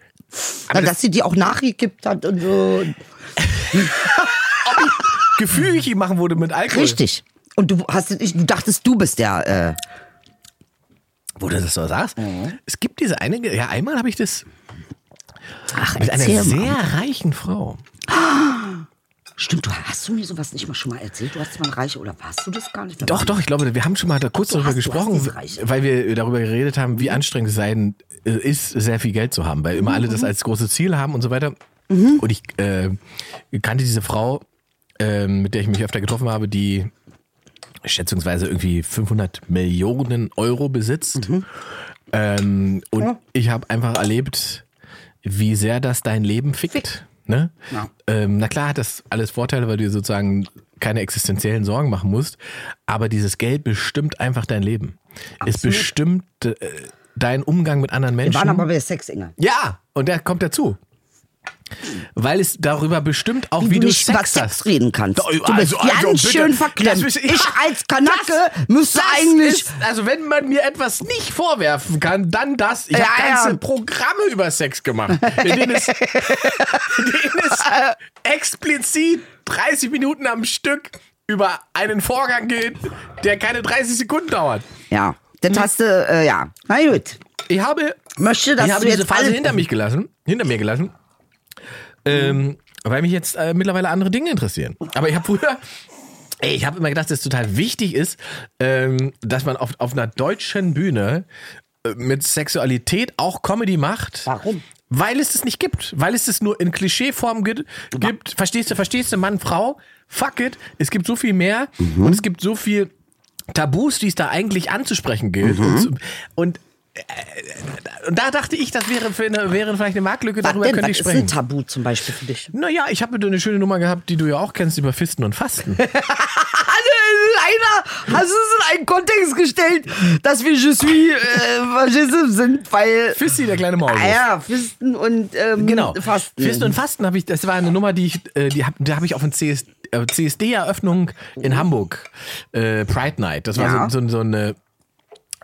S4: (laughs) Na, dass sie die auch nachgekippt hat und so.
S3: Gefühlchen machen wurde mit Alkohol.
S4: Richtig. Und du hast nicht, du dachtest, du bist der. Äh,
S3: Wo du das so sagst.
S4: Mhm.
S3: Es gibt diese eine, Ge- ja, einmal habe ich das
S4: ach,
S3: mit einer
S4: erzähl mal.
S3: sehr reichen Frau.
S4: Stimmt, du hast du mir sowas nicht mal schon mal erzählt? Du hast mal reich oder warst du das gar nicht?
S3: Doch, doch, ich glaube, wir haben schon mal da kurz
S4: so,
S3: darüber
S4: hast- du Mhm. hast
S3: gesprochen,
S4: diese Reiche.
S3: weil wir darüber geredet haben, wie anstrengend es sein äh, ist, sehr viel Geld zu haben, weil
S4: Mhm,
S3: immer alle das als großes Ziel haben und so weiter. Und ich äh, kannte diese Frau, ähm, mit der ich mich öfter getroffen habe, die schätzungsweise irgendwie 500 Millionen Euro besitzt.
S4: Mhm.
S3: Ähm, und ich habe einfach erlebt, wie sehr das dein Leben fickt. Ne?
S4: Ja.
S3: Ähm, na klar hat das alles Vorteile, weil du dir sozusagen keine existenziellen Sorgen machen musst, aber dieses Geld bestimmt einfach dein Leben. Es bestimmt äh, deinen Umgang mit anderen
S4: Wir
S3: Menschen.
S4: waren aber bei Sex, Inge.
S3: ja, und der kommt dazu. Weil es darüber bestimmt auch, wie,
S4: Wie, du
S3: du
S4: nicht über
S3: Sex
S4: Sex
S3: hast.
S4: reden kannst.
S3: Doch,
S4: Du bist ganz
S3: also, bitte.
S4: schön verklemmt.
S3: Das müssen-
S4: Ich als Kanacke
S3: Das-
S4: müsste
S3: das
S4: eigentlich-
S3: Ist, also wenn man mir etwas nicht vorwerfen kann, dann das. Ich
S4: Ja,
S3: habe ganze
S4: ja.
S3: Programme über Sex gemacht, in denen es, in denen es explizit 30 Minuten am Stück über einen Vorgang geht, der keine 30 Sekunden dauert.
S4: Ja, das hast du, äh, ja. Na gut.
S3: Ich habe
S4: Möchte, dass
S3: Hm. ich habe
S4: du
S3: diese
S4: jetzt
S3: Phase
S4: alle,
S3: hinter mich gelassen, hinter mir gelassen, ähm, weil mich jetzt äh, mittlerweile andere Dinge interessieren. Aber ich habe früher, ey, ich habe immer gedacht, dass es total wichtig ist, ähm, dass man auf, auf einer deutschen Bühne äh, mit Sexualität auch Comedy macht.
S4: Warum?
S3: Weil es das nicht gibt, weil es das nur in Klischeeform gibt, gibt. Verstehst du, verstehst du, Mann, Frau? Fuck it. Es gibt so viel mehr
S4: Mhm.
S3: und es gibt so viel Tabus, die es da eigentlich anzusprechen gilt.
S4: Mhm.
S3: Und, zu- und, äh, und da dachte ich, das wäre, für eine, wäre vielleicht eine Marktlücke,
S4: Was
S3: darüber
S4: denn?
S3: könnte
S4: Was
S3: ich
S4: ist ein
S3: sprechen.
S4: Tabu zum Beispiel für
S3: (laughs)
S4: dich?
S3: Naja, ich habe eine schöne Nummer gehabt, die du ja auch kennst, über Fisten und
S4: (laughs)
S3: Fasten.
S4: Leider hast du es in einen Kontext gestellt, dass wir Je suis äh, Faschism sind, weil.
S3: Fisti, der kleine Maulwurf.
S4: Ah ja, Fisten und ähm,
S3: Genau.
S4: Fasten.
S3: Fisten und Fasten habe ich, das war eine Nummer, die ich, äh, die hab, da habe ich auf ein CS, äh, CSD-Eröffnung in Hamburg, äh, Pride Night. Das war
S4: Ja.
S3: so, so, so eine,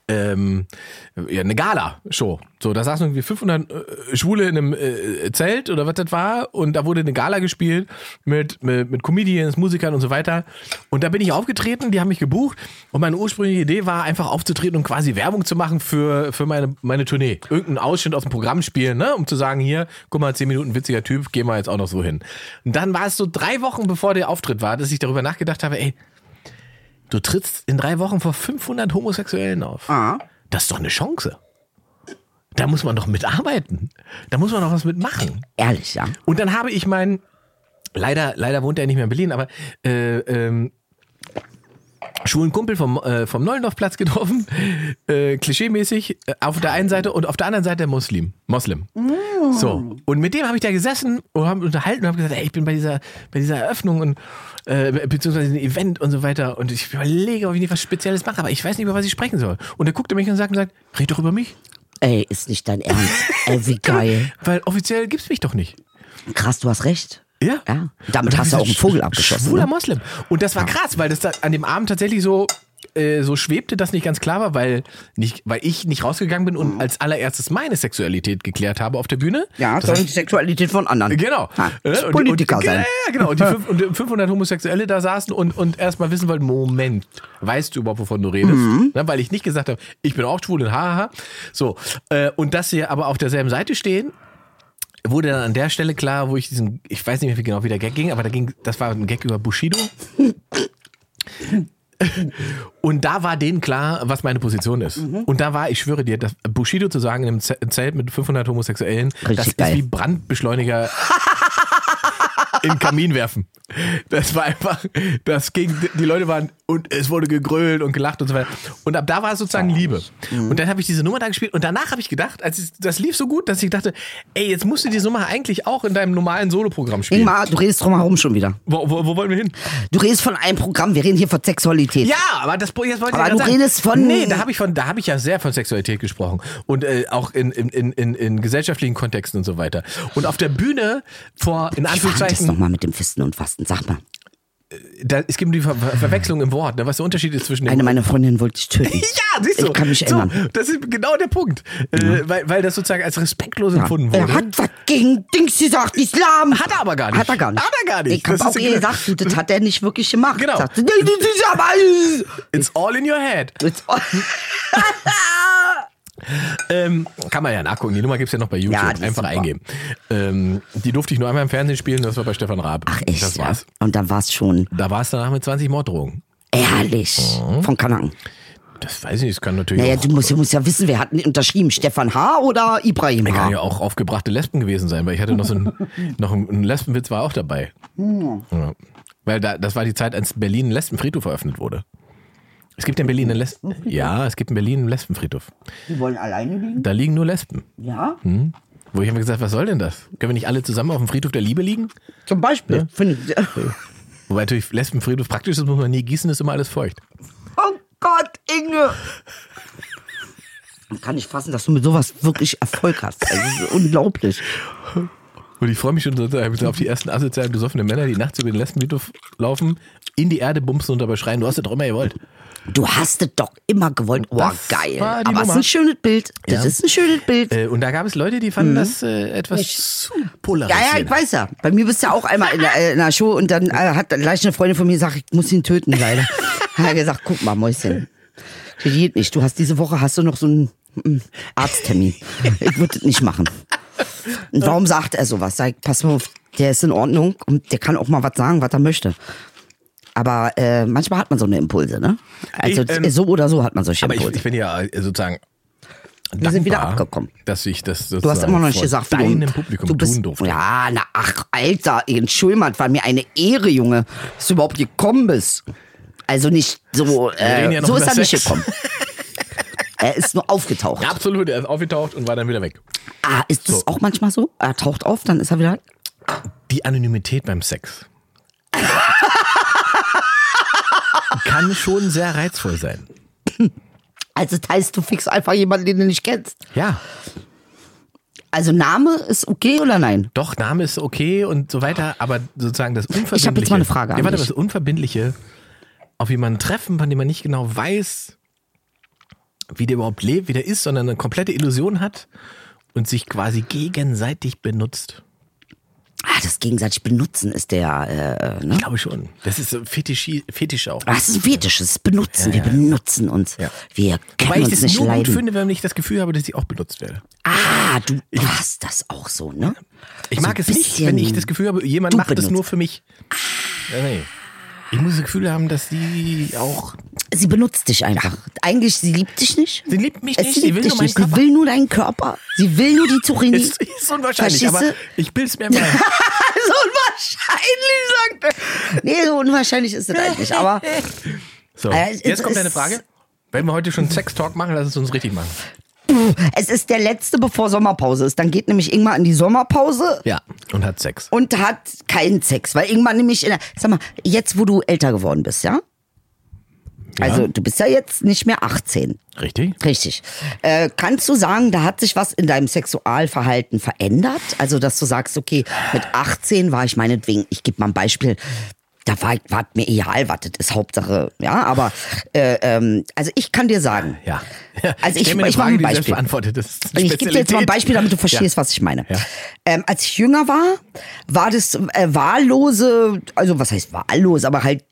S3: ähm, ja, eine Gala-Show. So, da saßen irgendwie 500 äh, Schwule in einem äh, Zelt oder was das war und da wurde eine Gala gespielt mit, mit, mit Comedians, Musikern und so weiter. Und da bin ich aufgetreten, die haben mich gebucht und meine ursprüngliche Idee war einfach aufzutreten und quasi Werbung zu machen für, für meine, meine Tournee. Irgendeinen Ausschnitt aus dem Programm spielen, ne? um zu sagen, hier, guck mal, 10 Minuten witziger Typ, gehen wir jetzt auch noch so hin. Und dann war es so drei Wochen, bevor der Auftritt war, dass ich darüber nachgedacht habe, ey, Du trittst in drei Wochen vor 500 Homosexuellen auf. Das ist doch eine Chance. Da muss man doch mitarbeiten. Da muss man doch was mitmachen.
S4: Ehrlich, ja.
S3: Und dann habe ich meinen, leider, leider wohnt er nicht mehr in Berlin, aber äh, ähm, schwulen Kumpel vom, äh, vom Neulendorfplatz getroffen, (laughs) äh, klischeemäßig, äh, auf der einen Seite und auf der anderen Seite der Muslim. Moslem. So. Und mit dem habe ich da gesessen und haben unterhalten und habe gesagt, ey, ich bin bei dieser, bei dieser Eröffnung und äh, beziehungsweise dem Event und so weiter. Und ich überlege, ob ich nicht was Spezielles mache, aber ich weiß nicht, über was ich sprechen soll. Und er guckte mich und sagt, und sagt red doch über mich.
S4: Ey, ist nicht dein (laughs) Ernst. Ey, wie geil.
S3: Weil offiziell gibt's mich doch nicht.
S4: Krass, du hast recht.
S3: Ja.
S4: Ja.
S3: Und
S4: Damit
S3: dann
S4: hast du
S3: dieser
S4: auch einen Vogel
S3: sch-
S4: abgeschossen.
S3: Schwuler
S4: Ne?
S3: Moslem. Und das war krass, weil das da an dem Abend tatsächlich so, äh, so schwebte, dass nicht ganz klar war, weil, nicht, weil ich nicht rausgegangen bin
S4: Mhm.
S3: und als allererstes meine Sexualität geklärt habe auf der Bühne.
S4: Ja,
S3: das
S4: sondern die
S3: heißt,
S4: Sexualität von anderen.
S3: Genau.
S4: Ja,
S3: Äh,
S4: das Politiker
S3: und, und,
S4: sein.
S3: Ja, genau.
S4: (laughs)
S3: Und die fünf, und die 500 Homosexuelle da saßen und, und erstmal wissen wollten, Moment, weißt du überhaupt, wovon du redest?
S4: Mhm.
S3: Ne, weil ich nicht gesagt habe, ich bin auch schwul und haha. So. Äh, und dass sie aber auf derselben Seite stehen, wurde dann an der Stelle klar, wo ich diesen, ich weiß nicht mehr wie genau, wie der Gag ging, aber da ging, das war ein Gag über
S4: (laughs)
S3: Bushido. Und da war denen klar, was meine Position ist.
S4: Mhm.
S3: Und da war, ich schwöre dir, das Bushido zu sagen, in einem Ze- Zelt mit 500 Homosexuellen, das
S4: geil.
S3: ist wie Brandbeschleuniger in den Kamin werfen. Das war einfach, das ging, die Leute waren, und es wurde gegrölt und gelacht und so weiter. Und ab da war es sozusagen Liebe. Und dann habe ich diese Nummer da gespielt und danach habe ich gedacht, als ich, das lief so gut, dass ich dachte, ey, jetzt musst du diese Nummer eigentlich auch in deinem normalen Soloprogramm spielen.
S4: Ingmar, du redest drumherum schon wieder.
S3: Wo, wo, wo wollen wir hin?
S4: Du redest von einem Programm, wir reden hier von Sexualität.
S3: Ja, aber das jetzt wollte
S4: Aber
S3: ich
S4: du
S3: gerade sagen.
S4: redest von-
S3: Nee, da habe ich von, da habe ich ja sehr von Sexualität gesprochen. Und äh, auch in, in, in, in, in gesellschaftlichen Kontexten und so weiter. Und auf der Bühne vor, in
S4: Ich verhand das
S3: Anführungszeichen,
S4: nochmal mit dem Fisten und Fasten. Sag mal,
S3: da, es gibt die Ver Ver- Verwechslung im Wort, ne, was der Unterschied ist zwischen dem
S4: eine meiner Freundinnen wollte
S3: (laughs)
S4: ich töten.
S3: Ja, siehst du.
S4: Ich kann mich
S3: so,
S4: erinnern.
S3: Das ist genau der Punkt. Äh, weil, weil das sozusagen als respektlos empfunden wurde.
S4: Er hat was gegen Dings gesagt, Islam.
S3: Hat er aber gar nicht.
S4: Hat er gar nicht.
S3: Hat er gar nicht.
S4: Ich hab
S3: Das
S4: auch
S3: ist-
S4: ihr gesagt, du, das hat er nicht wirklich gemacht.
S3: Genau.
S4: Sagt sie, nee, das ist aber alles.
S3: It's all in your head.
S4: Jetzt-
S3: Ähm, kann man ja nachgucken. Die Nummer gibt's ja noch bei YouTube.
S4: Ja, die ist
S3: Einfach
S4: super.
S3: eingeben. Ähm, die durfte ich nur einmal im Fernsehen spielen, das war bei Stefan Raab.
S4: Ach echt,
S3: Das war's.
S4: ja. Und dann war es schon
S3: Da war es danach mit 20 Morddrohungen.
S4: ehrlich
S3: Mhm.
S4: von Kanaken.
S3: Das weiß ich nicht, das kann natürlich
S4: Naja,
S3: auch,
S4: du musst, du musst ja wissen, wer hat denn unterschrieben? Stefan H. oder Ibrahim
S3: kann ja
S4: H.?
S3: auch aufgebrachte Lesben gewesen sein, weil ich hatte noch so einen, noch einen, einen Lesbenwitz war auch dabei. Ja. Weil da, das war die Zeit, als Berlin ein Lesbenfriedhof eröffnet wurde. Es gibt ja in Berlin einen Les Ja, es gibt in Berlin einen Lesbenfriedhof.
S4: Die wollen alleine liegen?
S3: Da liegen nur Lesben.
S4: Ja.
S3: Mhm. Wo ich habe gesagt, was soll denn das? Können wir nicht alle zusammen auf dem Friedhof der Liebe liegen?
S4: Zum Beispiel. Finde ich-
S3: Wobei natürlich Lesbenfriedhof praktisch ist, muss man nie gießen, ist immer alles feucht.
S4: Oh Gott, Inge. Man kann nicht fassen, dass du mit sowas wirklich Erfolg hast. Also, Das ist unglaublich.
S3: Und ich freue mich schon so auf die ersten asozialen besoffenen Männer, die nachts über den Lesbenfriedhof laufen, in die Erde bumsen und dabei schreien, du hast das doch immer gewollt.
S4: Du hast es doch immer gewollt. Oh,
S3: Das
S4: geil.
S3: war die
S4: Aber es ist
S3: Nummer.
S4: ein schönes Bild. Das
S3: Ja.
S4: ist ein schönes Bild.
S3: Äh, und da gab es Leute, die
S4: Mhm.
S3: fanden das äh, etwas zu
S4: ja, ja,
S3: polarisierend.
S4: ich weiß ja. Bei mir bist du ja auch einmal in der, äh, in der Show und dann äh, hat gleich eine Freundin von mir gesagt, ich muss ihn töten, leider. (laughs) hat er gesagt, guck mal, Mäuschen. Das geht nicht. Du hast diese Woche hast du noch so einen mm, Arzttermin. Ich würde das nicht machen. Und warum sagt er sowas? Sag, ich, pass mal auf, der ist in Ordnung und der kann auch mal was sagen, was er möchte. Aber äh, manchmal hat man so eine Impulse, ne? Also
S3: Ich, ähm,
S4: so oder so hat man solche
S3: Aber ich,
S4: Impulse.
S3: ich bin ja äh, sozusagen dankbar,
S4: sind wieder abgekommen.
S3: dass ich das
S4: Du hast immer noch nicht gesagt, wie
S3: deinem
S4: du-
S3: Publikum
S4: du bist,
S3: tun durfte.
S4: Ja, na, ach, Alter, Entschuldigung, war mir eine Ehre, Junge, dass du überhaupt gekommen bist. Also nicht so,
S3: reden
S4: äh,
S3: ja noch
S4: so
S3: über
S4: ist er nicht
S3: Sex. (laughs)
S4: gekommen. er ist nur aufgetaucht.
S3: Absolut, er ist aufgetaucht und war dann wieder weg.
S4: Ah, ist das auch manchmal so? Er taucht auf, dann ist er wieder.
S3: Die Anonymität beim
S4: (laughs)
S3: Sex. Kann schon sehr reizvoll sein.
S4: Also das heißt, du fixst einfach jemanden, den du nicht kennst.
S3: Ja,
S4: Also Name ist okay oder nein?
S3: doch, Name ist okay und so weiter, aber sozusagen das Unverbindliche.
S4: hab jetzt mal eine Frage an
S3: Ja, warte,
S4: dich.
S3: das Unverbindliche auf jemanden treffen, von dem man nicht genau weiß, wie der überhaupt lebt, wie der ist, sondern eine komplette Illusion hat und sich quasi gegenseitig benutzt.
S4: Ah, das gegenseitig benutzen ist der, äh, ne? Ah,
S3: Ich glaube schon. Das ist so Fetischi, Fetisch auch.
S4: Das ist ein Fetisch, das ist benutzen, die benutzen uns. Wir können
S3: Weil ich
S4: uns
S3: das
S4: nicht
S3: nur gut
S4: leiden.
S3: finde, wenn ich das Gefühl habe, dass ich auch benutzt werde.
S4: Ah, du hast das auch so, ne?
S3: Ich
S4: So
S3: mag
S4: ein
S3: es nicht,
S4: bisschen
S3: wenn ich das Gefühl habe, jemand
S4: du
S3: macht es
S4: benutzt. Ah.
S3: nur für mich. Ja, nee. Ich muss das Gefühl haben, dass die auch.
S4: Sie benutzt dich einfach. Eigentlich, sie liebt dich nicht.
S3: Sie liebt mich
S4: Es
S3: nicht, sie will
S4: dich
S3: nur meinen
S4: nicht. Sie
S3: Körper.
S4: will nur deinen Körper. Sie will nur die Zucchini.
S3: Ist, ist unwahrscheinlich,
S4: Verstehst
S3: aber
S4: du? (laughs)
S3: ich bild's mir mal. (laughs)
S4: so unwahrscheinlich, sagt er. Nee, so unwahrscheinlich ist es eigentlich. halt Aber
S3: So,
S4: Äh, es
S3: jetzt kommt
S4: ist-
S3: deine Frage. Wenn wir heute
S4: (laughs)
S3: schon Sex-Talk machen, lass es uns richtig machen.
S4: Es ist der letzte, bevor Sommerpause ist. Dann geht nämlich Ingmar in die Sommerpause
S3: Ja. Und hat Sex.
S4: und hat keinen Sex, weil Ingmar nämlich in der, sag mal, jetzt wo du älter geworden bist, ja? Also du bist ja jetzt nicht mehr 18.
S3: Richtig?
S4: Richtig. Äh, kannst du sagen, da hat sich was in deinem Sexualverhalten verändert? Also, dass du sagst, okay, mit 18 war ich meinetwegen, ich gebe mal ein Beispiel, da war, ich- war mir egal, was das ist, Hauptsache, ja, aber, äh, ähm, also ich kann dir sagen,
S3: Ja.
S4: Also ich-
S3: Stell mir eine
S4: ich mach
S3: Frage,
S4: ein
S3: die
S4: Beispiel. Also
S3: selbst beantwortet ist.
S4: ich gebe dir jetzt mal ein Beispiel, damit du verstehst, was ich meine.
S3: Ja.
S4: Ähm, als ich jünger war, war das äh, wahllose, also was heißt wahllos, aber halt,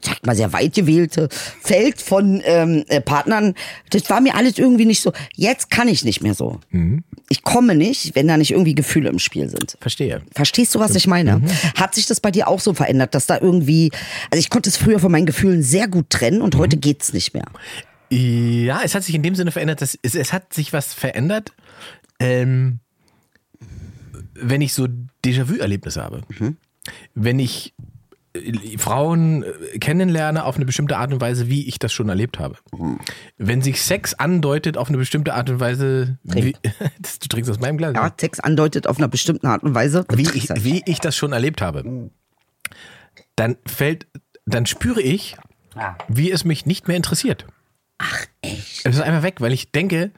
S4: sag mal, sehr weit gewählte Feld von ähm, äh, Partnern, das war mir alles irgendwie nicht so. Jetzt kann ich nicht mehr so.
S3: Mhm.
S4: Ich komme nicht, wenn da nicht irgendwie Gefühle im Spiel sind.
S3: Verstehe.
S4: Verstehst du, was ich meine?
S3: Mhm.
S4: Hat sich das bei dir auch so verändert, dass da irgendwie, also ich konnte es früher von meinen Gefühlen sehr gut trennen
S3: Mhm.
S4: und heute geht's nicht mehr.
S3: Ja, es hat sich in dem Sinne verändert, dass es, es hat sich was verändert, ähm, wenn ich so Déjà-vu-Erlebnisse habe. Wenn ich äh, Frauen äh, kennenlerne auf eine bestimmte Art und Weise, wie ich das schon erlebt habe. Wenn sich Sex andeutet auf eine bestimmte Art und Weise, wie, (laughs) das, du trinkst aus meinem Glas. ne?
S4: Ja, Sex andeutet auf einer bestimmten Art und Weise.
S3: wie ich, wie ich das schon erlebt habe, dann fällt, dann spüre ich, wie es mich nicht mehr interessiert. Ah. Ach echt? Es ist einfach weg, weil ich denke,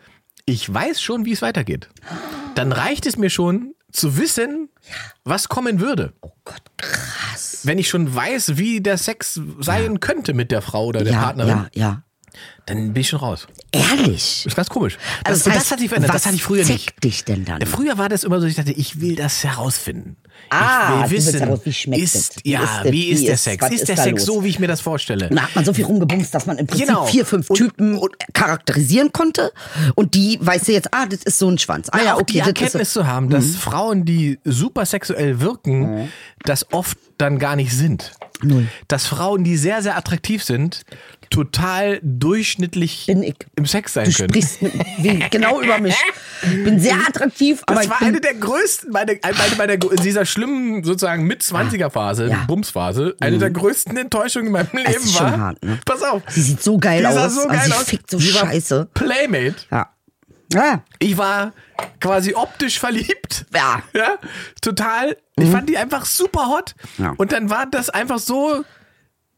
S3: ich weiß schon, wie es weitergeht. Dann reicht es mir schon zu wissen, was kommen würde. Oh Gott, krass. Wenn ich schon weiß, wie der Sex sein könnte mit der Frau oder der
S4: ja,
S3: Partnerin,
S4: ja, ja.
S3: dann bin ich schon raus.
S4: Ehrlich?
S3: Ist ganz komisch.
S4: Also
S3: das, das hat sich verändert. Das hatte ich früher nicht.
S4: zeckt dich denn dann?
S3: Früher war das immer so, ich dachte, ich will das herausfinden.
S4: Ah,
S3: ich
S4: du
S3: will
S4: willst
S3: wissen,
S4: heraus, wie schmeckt
S3: ist,
S4: das? Wie
S3: ja,
S4: ist das?
S3: wie ist
S4: Wie
S3: der
S4: ist-
S3: Sex?
S4: was
S3: Ist,
S4: ist
S3: der
S4: da
S3: Sex
S4: los?
S3: so, wie ich mir das vorstelle?
S4: Da hat man so viel rumgebumst, dass man im Prinzip
S3: Genau.
S4: vier, fünf
S3: Und-
S4: Typen charakterisieren konnte. Und die, weißt du jetzt, ah, das ist so ein Schwanz. Ah ja,
S3: auch
S4: okay,
S3: die
S4: das
S3: Erkenntnis
S4: ist Mhm.
S3: zu haben, dass Frauen, die super sexuell wirken, das oft dann gar nicht sind. Null. Dass Frauen, die sehr, sehr attraktiv sind, total durchschnittlich
S4: Bin ich.
S3: im Sex sein
S4: so. Du
S3: können. (laughs)
S4: sprichst mit, wie, genau über mich. Bin sehr attraktiv, aber
S3: Das
S4: ich
S3: war
S4: bin,
S3: eine der größten, meine, meine, meine, in dieser schlimmen, sozusagen mit 20er Phase,
S4: Ja. Mhm.
S3: Bumsphase, eine der größten Enttäuschungen in meinem Leben
S4: ist
S3: war.
S4: schon hart, ne?
S3: Pass auf.
S4: sie sieht so geil
S3: Die
S4: aus,
S3: sah so
S4: aber
S3: geil
S4: sie
S3: aus.
S4: fickt so
S3: Sie war
S4: scheiße.
S3: Playmate.
S4: Ja. ja.
S3: Ich war quasi optisch verliebt.
S4: Ja. Mhm.
S3: Ja, total. Ich fand die einfach super hot.
S4: Ja.
S3: Und dann war das einfach so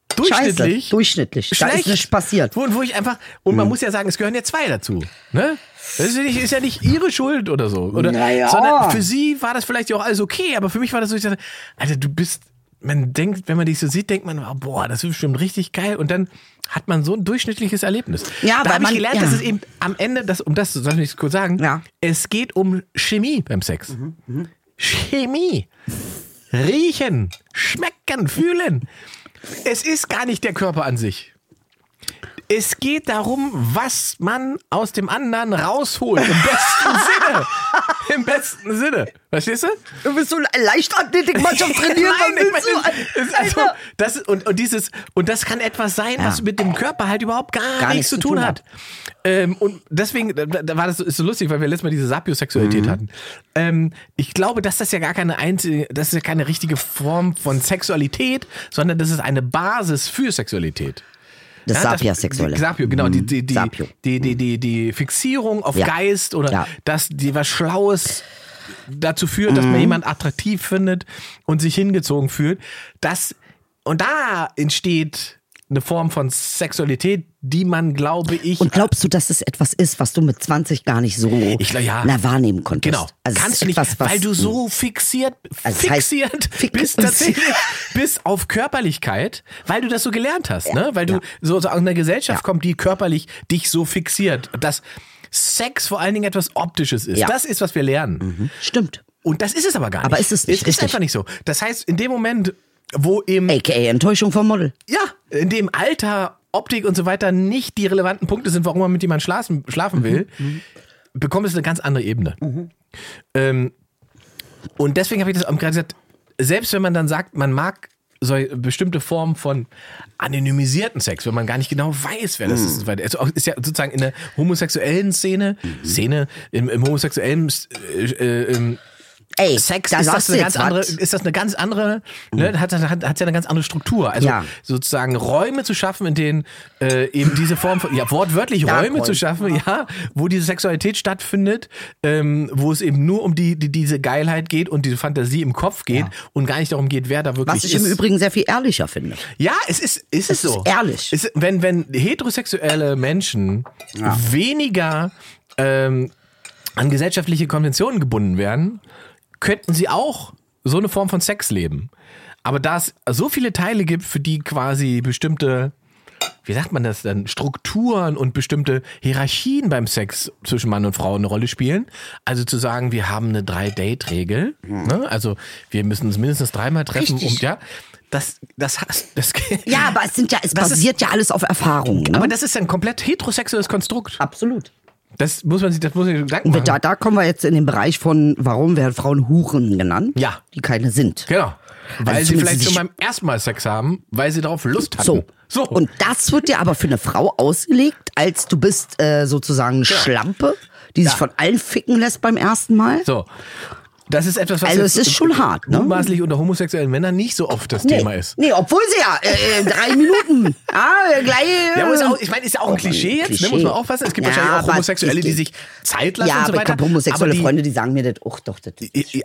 S4: Scheiße,
S3: durchschnittlich.
S4: durchschnittlich. Da ist nichts passiert. Hm.
S3: Wo, wo ich einfach, und man muss ja sagen, es gehören ja zwei dazu. Ne? Das ist ja nicht, ist ja nicht ihre Schuld oder so. Oder,
S4: Naja.
S3: Sondern für sie war das vielleicht ja auch alles okay, aber für mich war das so, ich dachte, Alter, du bist, man denkt, wenn man dich so sieht, denkt man, oh, boah, das ist bestimmt richtig geil. Und dann hat man so ein durchschnittliches Erlebnis.
S4: Ja,
S3: da
S4: weil
S3: habe ich
S4: man-
S3: gelernt,
S4: ja.
S3: dass es eben am Ende, das, um das soll ich kurz sagen,
S4: Ja.
S3: es geht um Chemie beim Sex. Chemie. Riechen, schmecken, fühlen. Es ist gar nicht der Körper an sich. Es geht darum, was man aus dem anderen rausholt. Im besten (laughs) Sinne. Im besten Sinne. Verstehst du?
S4: Du bist so eine (laughs) Leichtathletikmannschaft trainieren,
S3: Nein,
S4: was
S3: ich
S4: willst
S3: meine,
S4: du?
S3: es ist also,
S4: Alter.
S3: das, und, und, dieses, und das kann etwas sein,
S4: Ja.
S3: was mit dem Körper halt überhaupt gar, nichts zu tun hat. Ähm, und deswegen, da, da war das so, ist so lustig, weil wir letztes Mal diese Sapiosexualität hatten. Ähm, ich glaube, dass das ja gar keine einzige, das ist ja keine richtige Form von Sexualität, sondern das ist eine Basis für Sexualität.
S4: Das
S3: Ja, das-
S4: Sapiasexuelle.
S3: die- Sapio, genau. Die, die, die,
S4: Sapio. Mhm.
S3: Die, die, die, die Fixierung auf
S4: Ja.
S3: Geist oder
S4: Ja.
S3: dass die was Schlaues dazu führt, dass
S4: Mhm.
S3: man jemanden attraktiv findet und sich hingezogen fühlt. Das, und da entsteht eine Form von Sexualität, die man, glaube ich,
S4: Und glaubst du, dass es etwas ist, was du mit 20 gar nicht so
S3: Ich glaub, ja.
S4: na, wahrnehmen konntest?
S3: Genau.
S4: Also es
S3: Kannst
S4: ist
S3: du nicht,
S4: etwas, was-
S3: weil du so fixiert,
S4: Also es heißt
S3: fixiert
S4: fix- (laughs)
S3: bist tatsächlich, bis auf Körperlichkeit, weil du das so gelernt hast, ne? Weil du so, so aus einer Gesellschaft
S4: Ja.
S3: kommst, die körperlich dich so fixiert, dass Sex vor allen Dingen etwas Optisches ist.
S4: Ja.
S3: Das ist, was wir lernen.
S4: Stimmt.
S3: Und das ist es aber gar nicht.
S4: Aber ist es
S3: Es
S4: nicht,
S3: ist
S4: richtig.
S3: einfach nicht so. Das heißt, in dem Moment, wo eben
S4: AKA Enttäuschung vom Model.
S3: ja, in dem Alter, Optik und so weiter nicht die relevanten Punkte sind, warum man mit jemandem schlafen, schlafen will, bekommt es eine ganz andere Ebene. Ähm, und deswegen habe ich das auch gerade gesagt, selbst wenn man dann sagt, man mag so bestimmte Formen von anonymisierten Sex, wenn man gar nicht genau weiß, wer das ist und so weiter. Also auch- ist ja sozusagen in der homosexuellen Szene, Szene, im, im homosexuellen äh, äh, ähm,
S4: Ey,
S3: Sex
S4: da
S3: ist das
S4: sagst du
S3: eine
S4: jetzt
S3: ganz andere,
S4: was. Hm.
S3: ist das eine ganz andere, ne, hat, hat, hat ja eine ganz andere Struktur. Also
S4: Ja.
S3: sozusagen Räume zu schaffen, in denen äh, eben diese Form von, ja wortwörtlich
S4: Ja,
S3: Räume
S4: Räume.
S3: zu schaffen, ja. wo diese Sexualität stattfindet, ähm, wo es eben nur um die, die diese Geilheit geht und diese Fantasie im Kopf geht und gar nicht darum geht, wer da wirklich
S4: Was ich
S3: ist.
S4: im Übrigen sehr viel ehrlicher finde.
S3: Ja, es ist, ist es,
S4: Es ist
S3: so.
S4: ehrlich.
S3: Es, wenn, wenn heterosexuelle Menschen weniger ähm, an gesellschaftliche Konventionen gebunden wären, könnten sie auch so eine Form von Sex leben. Aber da es so viele Teile gibt, für die quasi bestimmte, wie sagt man das denn, Strukturen und bestimmte Hierarchien beim Sex zwischen Mann und Frau eine Rolle spielen. Also zu sagen, wir haben eine Drei-Date-Regel, ne? also wir müssen uns mindestens dreimal treffen, um, ja, das, das, hast- das,
S4: (laughs) Ja, aber es sind ja, es
S3: Das ist- Genau.
S4: basiert ja alles auf Erfahrungen. Ne?
S3: aber das ist ein komplett heterosexuelles Konstrukt.
S4: Absolut.
S3: Das muss man sich, das muss man sich Gedanken
S4: Da,
S3: machen.
S4: da kommen wir jetzt in den Bereich von, warum werden Frauen Huren genannt?
S3: Ja.
S4: Die keine sind.
S3: Genau. Weil
S4: Also
S3: sie
S4: zumindest
S3: vielleicht
S4: sich-
S3: schon beim ersten Mal Sex haben, weil sie darauf Lust hatten.
S4: So.
S3: Genau. So.
S4: Und das wird dir aber für eine Frau ausgelegt, als du bist äh, sozusagen eine
S3: Genau.
S4: Schlampe, die sich von allen ficken lässt beim ersten Mal.
S3: So. Das ist etwas, was
S4: Also
S3: jetzt
S4: es ist schon hart, ne?
S3: mutmaßlich unter homosexuellen Männern nicht so oft das Thema ist.
S4: Nee, obwohl sie ja äh, äh, drei
S3: (laughs)
S4: Minuten. Ah, gleich. äh,
S3: Ja, aber ist auch, ich meine, ist ja auch ein
S4: Oh,
S3: Klischee jetzt, Ne,
S4: Klischee.
S3: muss man aufpassen. Es gibt
S4: Ja,
S3: wahrscheinlich auch
S4: aber
S3: Homosexuelle,
S4: ich-
S3: die sich Zeit lassen und
S4: ja,
S3: so
S4: aber ich
S3: weiter.
S4: habe homosexuelle
S3: aber die,
S4: Freunde, die sagen mir das, ach doch, das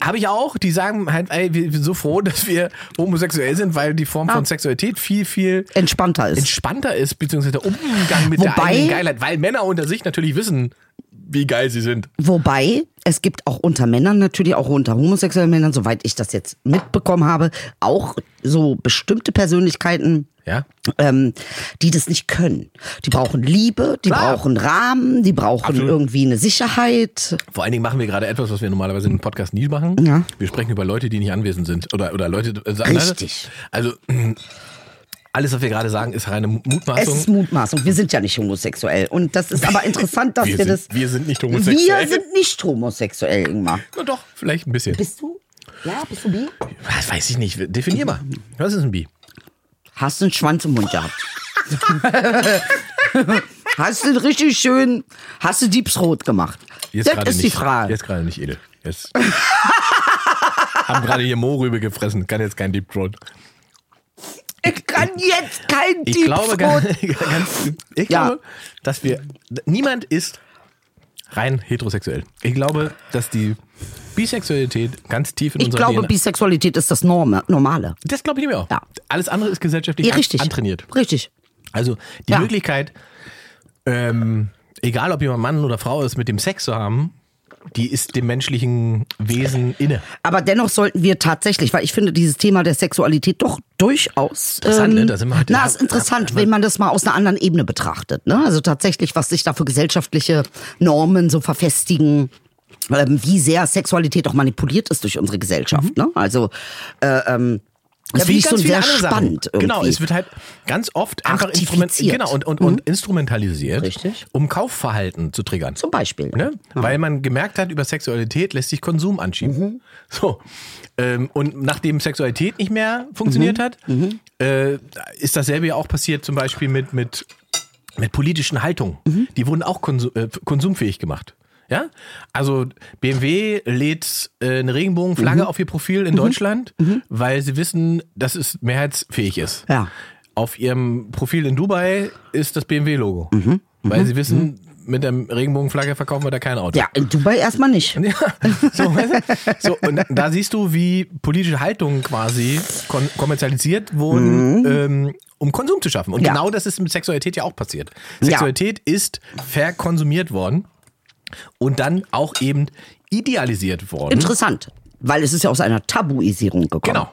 S3: Habe ich auch, die sagen halt, ey, wir sind so froh, (laughs) dass wir homosexuell sind, weil die
S4: Ah.
S3: Form von Sexualität viel, viel
S4: entspannter ist.
S3: entspannter ist, beziehungsweise der Umgang mit der
S4: Wobei-
S3: eigenen Geilheit, weil Männer unter sich natürlich wissen, wie geil sie sind.
S4: Wobei, es gibt auch unter Männern natürlich, auch unter homosexuellen Männern, soweit ich das jetzt mitbekommen habe, auch so bestimmte Persönlichkeiten,
S3: Ja.
S4: ähm, die das nicht können. Die brauchen Liebe, die
S3: Klar.
S4: brauchen Rahmen, die brauchen irgendwie eine Sicherheit.
S3: Vor allen Dingen machen wir gerade etwas, was wir normalerweise in einem Podcast nie machen.
S4: Ja.
S3: Wir sprechen über Leute, die nicht anwesend sind. Oder, oder Leute. äh, sagen-
S4: Richtig.
S3: Also, mh, alles, was wir gerade sagen, ist reine
S4: Es
S3: Mutmaßung.
S4: ist Mutmaßung. Wir sind ja nicht homosexuell. Und das ist aber interessant, dass
S3: wir
S4: wir,
S3: sind-
S4: das.
S3: wir sind nicht homosexuell.
S4: Wir sind nicht homosexuell, Ingmar.
S3: Na doch, vielleicht ein bisschen.
S4: Bist du? Ja, bist du bi?
S3: Was weiß ich nicht. Definier mal. Was ist ein Bi?
S4: Hast du einen Schwanz im Mund gehabt? hast du richtig schön, hast du Diebsrot gemacht? das
S3: gerade
S4: ist die
S3: nicht.
S4: Frage.
S3: Jetzt gerade nicht, Edel. Jetzt. (laughs) Haben gerade hier Mohrrübe gefressen. Kann jetzt kein Deep Throat.
S4: ich kann jetzt kein
S3: Ich glaube,
S4: Diebsrot.
S3: ganz, (laughs) ganz, ich
S4: Ja.
S3: glaube, dass wir niemand ist rein heterosexuell. Ich glaube, dass die Bisexualität ganz tief in
S4: Ich
S3: unserer
S4: glaube,
S3: DNA.
S4: Bisexualität ist das Norme, Normale.
S3: das glaube ich mir auch.
S4: Ja.
S3: Alles andere ist gesellschaftlich
S4: Ja, richtig.
S3: antrainiert.
S4: Richtig.
S3: Also die
S4: Ja.
S3: Möglichkeit, ähm, egal ob jemand Mann oder Frau ist, mit dem Sex zu haben, die ist dem menschlichen Wesen inne.
S4: Aber dennoch sollten wir tatsächlich, weil ich finde dieses Thema der Sexualität doch durchaus. ähm,
S3: Interessant, ne? Da sind wir halt-
S4: na, ist interessant, wenn man das mal aus einer anderen Ebene betrachtet. Ne? Also tatsächlich, was sich da für gesellschaftliche Normen so verfestigen. ähm, Wie sehr Sexualität auch manipuliert ist durch unsere Gesellschaft. Ne? Also, äh, ähm, das
S3: wie
S4: finde ich so
S3: Mhm. ganz viele
S4: sehr
S3: andere Sachen.
S4: spannend. Irgendwie.
S3: Genau, es wird halt ganz oft einfach instrument
S4: Artifiziert.
S3: genau, und, und, und instrumentalisiert,
S4: Mhm. Richtig.
S3: um Kaufverhalten zu triggern.
S4: Zum Beispiel.
S3: Ne? Weil man gemerkt hat, über Sexualität lässt sich Konsum anschieben.
S4: Mhm.
S3: So. Ähm, und nachdem Sexualität nicht mehr
S4: Mhm.
S3: funktioniert hat, äh, ist dasselbe ja auch passiert, zum Beispiel mit, mit, mit politischen Haltungen.
S4: Mhm.
S3: Die wurden auch konsu äh, konsumfähig gemacht. Ja? Also BMW lädt äh, eine Regenbogenflagge
S4: Mhm.
S3: auf ihr Profil in Deutschland, weil sie wissen, dass es mehrheitsfähig ist.
S4: Ja.
S3: Auf ihrem Profil in Dubai ist das BMW-Logo.
S4: Mhm,
S3: Weil sie wissen, mit der Regenbogenflagge verkaufen wir da kein Auto.
S4: Ja, in Dubai erstmal nicht.
S3: (laughs) Ja, so, weißt du? so, und da siehst du, wie politische Haltungen quasi kon kommerzialisiert wurden, ähm, um Konsum zu schaffen. Und
S4: Mhm. Ja.
S3: genau das ist mit Sexualität ja auch passiert.
S4: Ja.
S3: Sexualität ist verkonsumiert worden und dann auch eben idealisiert worden.
S4: Interessant. Weil es ist ja aus einer Tabuisierung gekommen.
S3: Genau.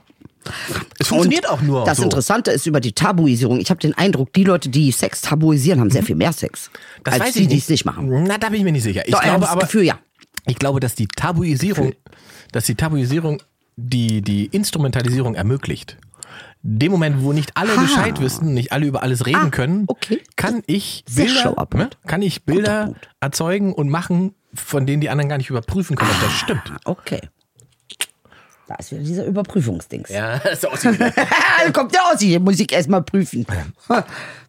S3: Es funktioniert auch nur
S4: Das
S3: so.
S4: Interessante ist über die Tabuisierung. Ich habe den Eindruck, die Leute, die Sex tabuisieren, haben sehr viel mehr Sex.
S3: Mhm. Das
S4: als
S3: weiß
S4: die,
S3: ich
S4: die es nicht machen.
S3: Na, da bin ich mir nicht sicher. Ich
S4: Doch, ich
S3: glaube
S4: das
S3: aber,
S4: Gefühl, ja.
S3: ich glaube, dass die Tabuisierung, dass die Tabuisierung die, die Instrumentalisierung ermöglicht. Dem Moment, wo nicht alle
S4: Ha.
S3: Bescheid wissen, nicht alle über alles reden
S4: Ah,
S3: können,
S4: okay.
S3: kann ich
S4: Sehr
S3: Bilder,
S4: schlauer Punkt.
S3: ne, kann ich Bilder
S4: Punkt. Ah.
S3: erzeugen und machen, von denen die anderen gar nicht überprüfen können, ob das stimmt.
S4: Okay. Da ist wieder dieser Überprüfungsdings.
S3: (laughs)
S4: (laughs)
S3: Ja, ist auch so wieder.
S4: Kommt der aus, hier muss ich erstmal prüfen. (laughs)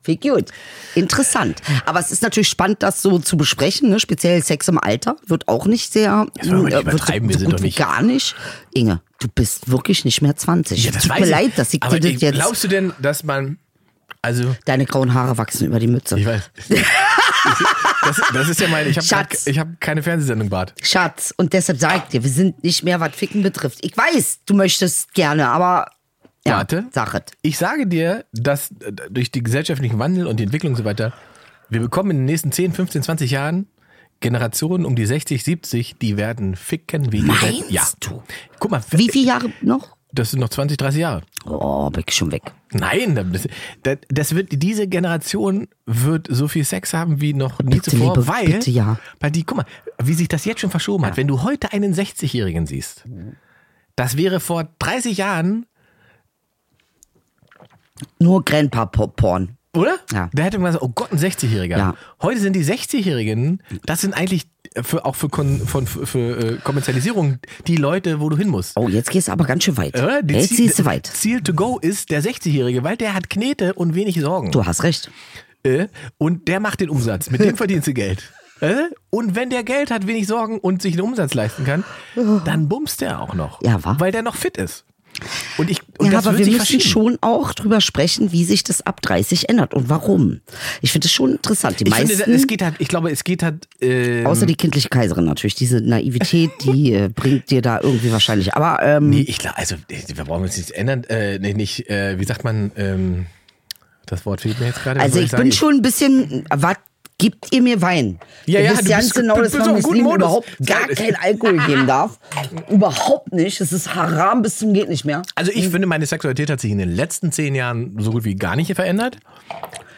S4: Viel gut. Interessant. Aber es ist natürlich spannend, das so zu besprechen, ne? speziell Sex im Alter. Wird auch nicht sehr.
S3: Das wollen wir nicht
S4: äh, wird
S3: übertreiben, wir
S4: so
S3: sind
S4: gut
S3: doch
S4: wie
S3: nicht-
S4: Gar nicht. Inge, du bist wirklich nicht mehr 20. Tut
S3: weiß
S4: mir
S3: ich.
S4: leid, dass ich
S3: Aber
S4: dir das jetzt.
S3: glaubst du denn, dass man. Also,
S4: Deine grauen Haare wachsen über die Mütze.
S3: ich
S4: (laughs)
S3: weiß. Das, das ist ja mein. Ich habe
S4: Schatz.
S3: hab keine Fernsehsendung, Bart.
S4: Schatz, und deshalb sag ich dir, wir sind nicht mehr, was Ficken betrifft. Ich weiß, du möchtest gerne, aber. Ja,
S3: Warte.
S4: Sag es.
S3: Ich sage dir, dass äh, durch den gesellschaftlichen Wandel und die Entwicklung und so weiter, wir bekommen in den nächsten 10, 15, 20 Jahren Generationen um die 60, 70, die werden ficken wie ihre-
S4: Meinst
S3: Ja.
S4: du?
S3: Guck mal,
S4: Wie viele Jahre noch?
S3: das sind noch 20, 30 Jahre.
S4: Oh, bin ich schon weg.
S3: Nein, da bist- das, das wird, diese Generation wird so viel Sex haben wie noch nie
S4: Bitte,
S3: zuvor,
S4: liebe-
S3: weil,
S4: bitte, ja.
S3: weil die, guck mal, wie sich das jetzt schon verschoben hat. Wenn du heute einen 60-Jährigen siehst, das wäre vor 30 Jahren,
S4: Nur Grandpa-Porn.
S3: oder?
S4: Ja.
S3: Da hätte man gesagt, oh Gott, ein 60-Jähriger.
S4: Ja.
S3: Heute sind die 60-Jährigen, das sind eigentlich für, auch für, Kon, von, für, für äh, Kommerzialisierung die Leute, wo du hin musst.
S4: Oh, jetzt gehst du aber ganz schön weit.
S3: Oder? Äh, Die
S4: jetzt
S3: Ziel-
S4: gehst du weit.
S3: Ziel to go ist der 60-Jährige, weil der hat Knete und wenig Sorgen.
S4: Du hast recht.
S3: Äh, und der macht den Umsatz. Mit dem verdienst du
S4: (laughs)
S3: Geld. Äh? Und wenn der Geld hat, wenig Sorgen und sich einen Umsatz leisten kann, dann bumst der auch noch.
S4: Oh. Ja, wa?
S3: Weil der noch fit ist. Und ich, und
S4: ja,
S3: das wird
S4: aber wir
S3: sich
S4: müssen
S3: verschieben.
S4: schon auch drüber sprechen, wie sich das ab 30 ändert und warum. Ich finde es schon interessant. Die
S3: ich
S4: meisten,
S3: finde, es geht halt, ich glaube, es geht halt, äh,
S4: außer die kindliche Kaiserin natürlich, diese Naivität, die äh, bringt dir da irgendwie wahrscheinlich. Aber ähm,
S3: nee, ich glaube, also, wir brauchen uns nichts ändern, äh, nee, nicht, äh, wie sagt man, ähm, das Wort fehlt mir jetzt gerade. was
S4: also
S3: soll
S4: ich bin
S3: sagen?
S4: schon ein bisschen, was gibt ihr mir Wein?
S3: Ja,
S4: ihr
S3: ja,
S4: wisst
S3: du
S4: ganz
S3: bist-
S4: genau,
S3: du
S4: dass
S3: bist
S4: man
S3: auf einem guten
S4: Muslimen
S3: Modus.
S4: überhaupt gar
S3: Nein,
S4: keinen Alkohol geben darf. Überhaupt nicht. Es ist haram bis zum geht nicht mehr.
S3: Also ich finde, meine Sexualität hat sich in den letzten zehn Jahren so gut wie gar nicht verändert.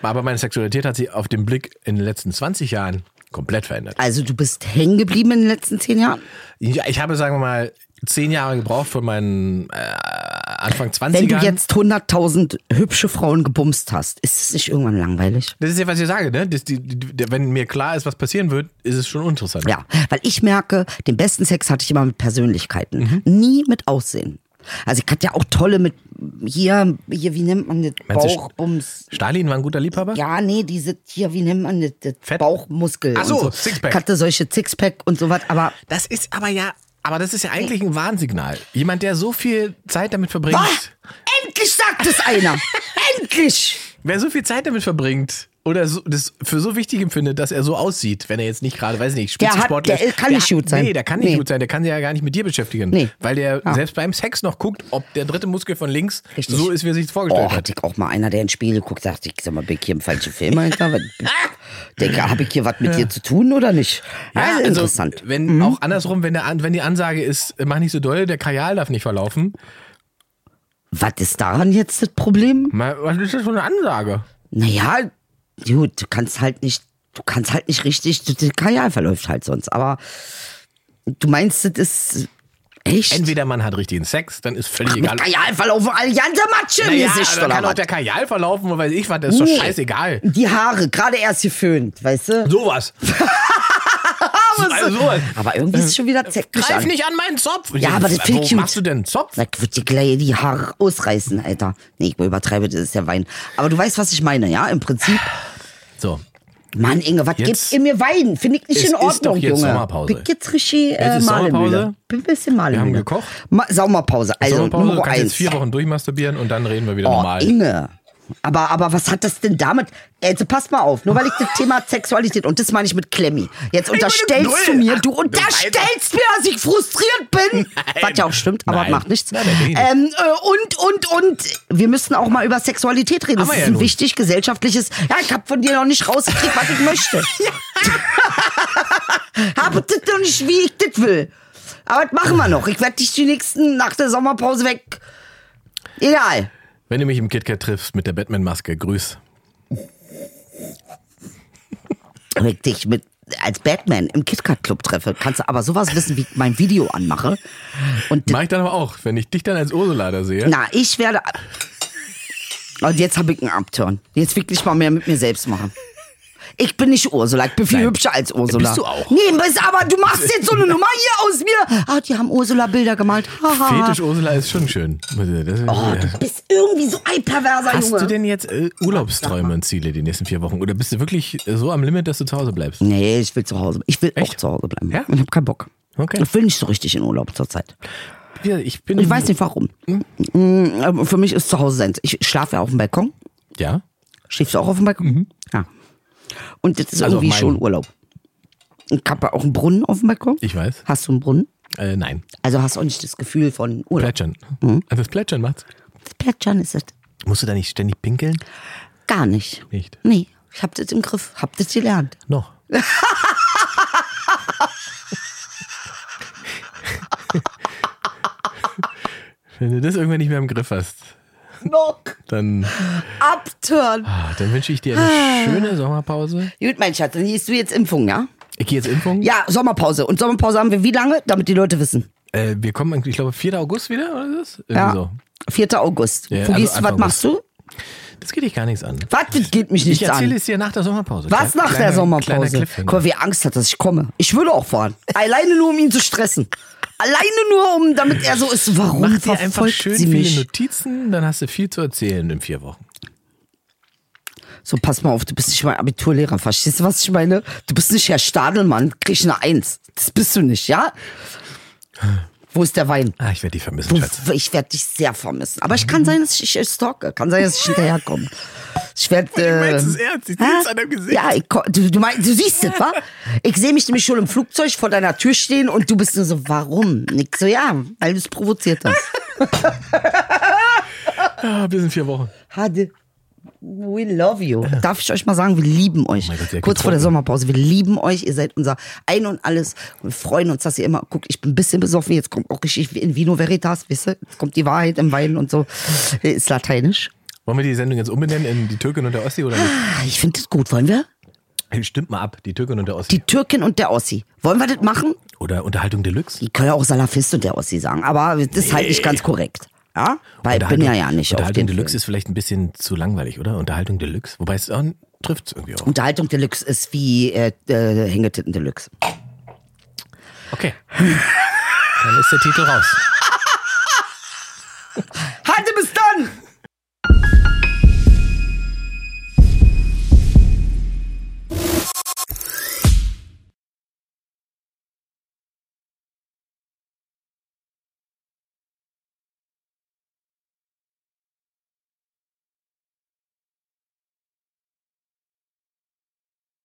S3: Aber meine Sexualität hat sich auf den Blick in den letzten 20 Jahren komplett verändert.
S4: Also du bist hängen geblieben in den letzten zehn Jahren?
S3: Ja, ich habe, sagen wir mal, zehn Jahre gebraucht von meinen äh, Anfang 20
S4: Wenn du
S3: Jahren.
S4: jetzt 100.000 hübsche Frauen gebumst hast, ist es nicht irgendwann langweilig?
S3: das ist ja, was ich sage, ne? Das, die, die, wenn mir klar ist, was passieren wird, ist es schon uninteressant.
S4: Ja, weil ich merke, den besten Sex hatte ich immer mit
S3: Mhm.
S4: Persönlichkeiten, nie mit Aussehen. Also ich hatte ja auch tolle mit hier, hier wie nennt man das
S3: Meinst du,
S4: Bauchbums?
S3: Stalin war ein guter Liebhaber?
S4: Ja, nee, diese hier, wie nennt man das, das
S3: Fett?
S4: Bauchmuskel.
S3: Ach so,
S4: und so.
S3: Sixpack.
S4: Ich hatte solche Sixpack und sowas, aber
S3: Das ist aber ja, aber das ist ja eigentlich ein Warnsignal. Jemand, der so viel Zeit damit verbringt,
S4: ah, endlich sagt es
S3: (laughs)
S4: einer. endlich.
S3: wer so viel Zeit damit verbringt oder so, das für so wichtig empfindet, dass er so aussieht, wenn er jetzt nicht gerade, weiß nicht,
S4: Der hat-
S3: Spitzensportler
S4: der
S3: ist.
S4: kann nicht gut sein.
S3: Nee, der kann nicht
S4: Nee.
S3: gut sein. Der kann sich ja gar nicht mit dir beschäftigen.
S4: Nee.
S3: Weil der
S4: Ja.
S3: selbst beim Sex noch guckt, ob der dritte Muskel von links
S4: Richtig.
S3: so ist, wie er sich vorgestellt
S4: Oh,
S3: hat.
S4: hatte ich auch mal einer, der ins Spiel guckt, sagte ich, sag mal, bin ich hier im falschen Film,
S3: (laughs)
S4: Alter? Was- Denke, habe ich hier was mit dir zu tun oder nicht? also, interessant.
S3: Wenn auch andersrum, wenn, der, An- wenn die Ansage ist, mach nicht so doll, der Kajal darf nicht verlaufen.
S4: Was ist daran jetzt das Problem?
S3: Mal, Was ist das für eine Ansage?
S4: Naja, gut, du kannst halt nicht, du kannst halt nicht richtig, du- die Karriere verläuft halt sonst, aber du meinst, das ist echt?
S3: Entweder man hat richtigen Sex, dann ist völlig egal.
S4: mit Kajal verlaufen Allianz Matsche im
S3: Naja,
S4: Gesicht
S3: dann
S4: oder
S3: kann auch
S4: was?
S3: der Kajal verlaufen, oder weiß ich was, das ist
S4: Nee.
S3: doch scheißegal.
S4: Die Haare, gerade erst geföhnt, weißt
S3: (laughs)
S4: du?
S3: Sowas. also sowas.
S4: Aber irgendwie ist es schon wieder zäcklich
S3: Äh, Greif
S4: an.
S3: nicht an meinen Zopf. Also,
S4: Ja, aber das finde ich
S3: Wo
S4: gut.
S3: machst du denn Zopf?
S4: Na, ich würde dir gleich die Haare ausreißen, Alter. Nee, ich übertreibe, das ist ja Wein. Aber du weißt, was ich meine, ja? Im Prinzip,
S3: So.
S4: Mann, Inge, was
S3: Jetzt-
S4: gibt's in mir Wein? Finde ich nicht
S3: Es
S4: in
S3: ist
S4: Ordnung,
S3: doch jetzt
S4: Junge.
S3: Sommerpause.
S4: Bin jetzt richtig äh,
S3: Jetzt ist
S4: Malemüde.
S3: Sommerpause.
S4: Bin ein bisschen Malemüde.
S3: haben gekocht.
S4: Ma Sommerpause, also
S3: Sommerpause, du
S4: Nummer
S3: kannst
S4: eins.
S3: jetzt vier Wochen durchmasturbieren und dann reden wir wieder
S4: oh,
S3: normal.
S4: Inge. Aber, aber was hat das denn damit? Also passt mal auf, nur weil ich
S3: (laughs)
S4: das Thema Sexualität und das meine ich mit Klemmi. Jetzt unterstellst
S3: null.
S4: du mir, du
S3: Ach, du
S4: unterstellst mir, dass ich frustriert bin. Was ja auch stimmt, aber
S3: Nein.
S4: macht nichts.
S3: Nein, nein, bin ich nicht.
S4: ähm, äh, und, und, und wir müssen auch mal über Sexualität reden.
S3: Haben
S4: das
S3: wir
S4: ist
S3: ja
S4: ein
S3: nun.
S4: wichtig gesellschaftliches. Ja, ich hab von dir noch nicht rausgekriegt, was
S3: (laughs)
S4: ich möchte. Habe das noch nicht, wie ich das will. Aber das machen wir noch. Ich werde dich die nächsten nach der Sommerpause weg. Egal.
S3: Wenn du mich im KitKat triffst mit der Batman-Maske, grüß.
S4: wenn ich dich mit als Batman im KitKat Club treffe, kannst du aber sowas wissen, wie ich mein Video anmache. Und
S3: Mach ich dann aber auch, wenn ich dich dann als Ursula da sehe.
S4: na, ich werde. Und jetzt habe ich einen Upturn. Jetzt will ich mal mehr mit mir selbst machen. Ich bin nicht Ursula, ich bin viel
S3: Nein.
S4: hübscher als Ursula.
S3: Bist du auch.
S4: Nee, bist, aber du machst jetzt so eine Nummer hier aus mir. Ah, die haben Ursula Bilder gemalt. Haha.
S3: Fetisch Ursula ist schon schön. Das,
S4: Oh, Ah, Du bist irgendwie so ein perverser
S3: Hast
S4: Junge.
S3: du denn jetzt äh, Urlaubsträume und Ziele die nächsten vier Wochen? Oder bist du wirklich äh, so am Limit, dass du zu Hause bleibst?
S4: Nee, ich will zu Hause. Ich will auch
S3: Echt?
S4: zu Hause bleiben.
S3: Ja?
S4: Ich habe keinen Bock.
S3: Okay.
S4: Ich will nicht so richtig in Urlaub zurzeit.
S3: Ja, ich bin.
S4: Ich weiß nicht warum. Mm, aber Für mich ist zu Hause sein. Ich schlafe ja auf dem Balkon.
S3: Ja.
S4: Schläfst du auch auf dem Balkon? Ja. Und das ist
S3: Mhm. Also auf
S4: irgendwie
S3: meinem.
S4: schon Urlaub. Ich habe auch einen Brunnen auf dem Balkon.
S3: Ich weiß.
S4: Hast du einen Brunnen?
S3: Äh, nein.
S4: Also hast du auch nicht das Gefühl von Urlaub.
S3: Plätschern. Also das Plätschern macht's.
S4: Das Plätschern ist es.
S3: Musst du da nicht ständig pinkeln?
S4: Gar nicht.
S3: Nicht.
S4: Nee, ich hab das im Griff. Hab das gelernt.
S3: Noch. Wenn du das irgendwann nicht mehr im Griff hast,
S4: Noch
S3: dann,
S4: abtören.
S3: ah, dann wünsche ich dir eine schöne Sommerpause.
S4: Gut, mein Schatz, dann gehst du jetzt Impfung, ja?
S3: Ich gehe jetzt Impfung.
S4: Ja, Sommerpause. Und Sommerpause haben wir wie lange? Damit die Leute wissen.
S3: Äh, wir kommen, ich glaube, 4. August wieder, oder ist das? Irgendwie
S4: Ja.
S3: so.
S4: 4. August.
S3: Ja, also
S4: Wo gehst du,
S3: Anfang
S4: was
S3: August.
S4: machst du?
S3: Das geht dich gar nichts an.
S4: Was, das geht mich
S3: Ich
S4: nichts
S3: erzähle
S4: an.
S3: es dir nach der Sommerpause.
S4: Was
S3: Kleiner-
S4: nach der
S3: kleiner- kleiner
S4: Sommerpause?
S3: Cliffhanger.
S4: Guck mal, wie er Angst hat, dass ich komme. Ich würde auch fahren. Alleine nur, um ihn zu stressen. Alleine nur, um, damit er so ist, warum
S3: Mach dir
S4: verfolgt
S3: einfach schön
S4: sie
S3: viele
S4: mich?
S3: Notizen, dann hast du viel zu erzählen in vier Wochen.
S4: So, pass mal auf, du bist nicht mein Abiturlehrer. Verstehst du, was ich meine? Du bist nicht Herr Stadelmann, krieg ich eine Eins. Das bist du nicht, ja? Wo ist der Wein?
S3: Ah, ich werde dich vermissen, Schatz.
S4: Uff, Ich werde dich sehr vermissen. Aber ich kann sein, dass ich ich stalke. Kann sein, dass ich hinterherkomme. Ich werde. Äh,
S3: meinst es ernst? Ich
S4: hä?
S3: seh's an deinem Gesicht.
S4: Ja, ich, ko- du, du, meinst, du siehst es, wa? Ich sehe mich nämlich schon im Flugzeug vor deiner Tür stehen und du bist nur so, warum? Und Ich so, ja, weil du es provoziert hast.
S3: (laughs) Ah, bis in vier Wochen.
S4: Hade. We love you. Darf ich euch mal sagen, wir lieben euch.
S3: Oh mein Gott, sehr
S4: Kurz
S3: getroffen.
S4: vor der Sommerpause. Wir lieben euch. Ihr seid unser Ein und Alles. Wir freuen uns, dass ihr immer guckt. Ich bin ein bisschen besoffen. Jetzt kommt auch richtig in Vino Veritas, wisst ihr? Jetzt kommt die Wahrheit im Wein und so. Ist lateinisch.
S3: Wollen wir die Sendung jetzt umbenennen in die Türkin und der Ossi oder nicht?
S4: Ah, Ich finde das gut. Wollen wir?
S3: Hey, Stimmt mal ab, die Türkin und der
S4: Die
S3: Ossi.
S4: Türkin und der Ossi. Wollen wir das machen?
S3: Oder Unterhaltung Deluxe.
S4: Die können ja auch Salafist und der Ossi sagen. Aber das halte ich ganz korrekt. Ja? Weil ich bin ja ja nicht auf
S3: Unterhaltung
S4: den
S3: Deluxe ist vielleicht ein bisschen zu langweilig, oder? Unterhaltung Deluxe. Wobei es auch, trifft es irgendwie auch.
S4: Unterhaltung Deluxe ist wie äh, äh, Hängetitten Deluxe.
S3: Okay. Dann ist der Titel raus.
S4: Hatte bis dann!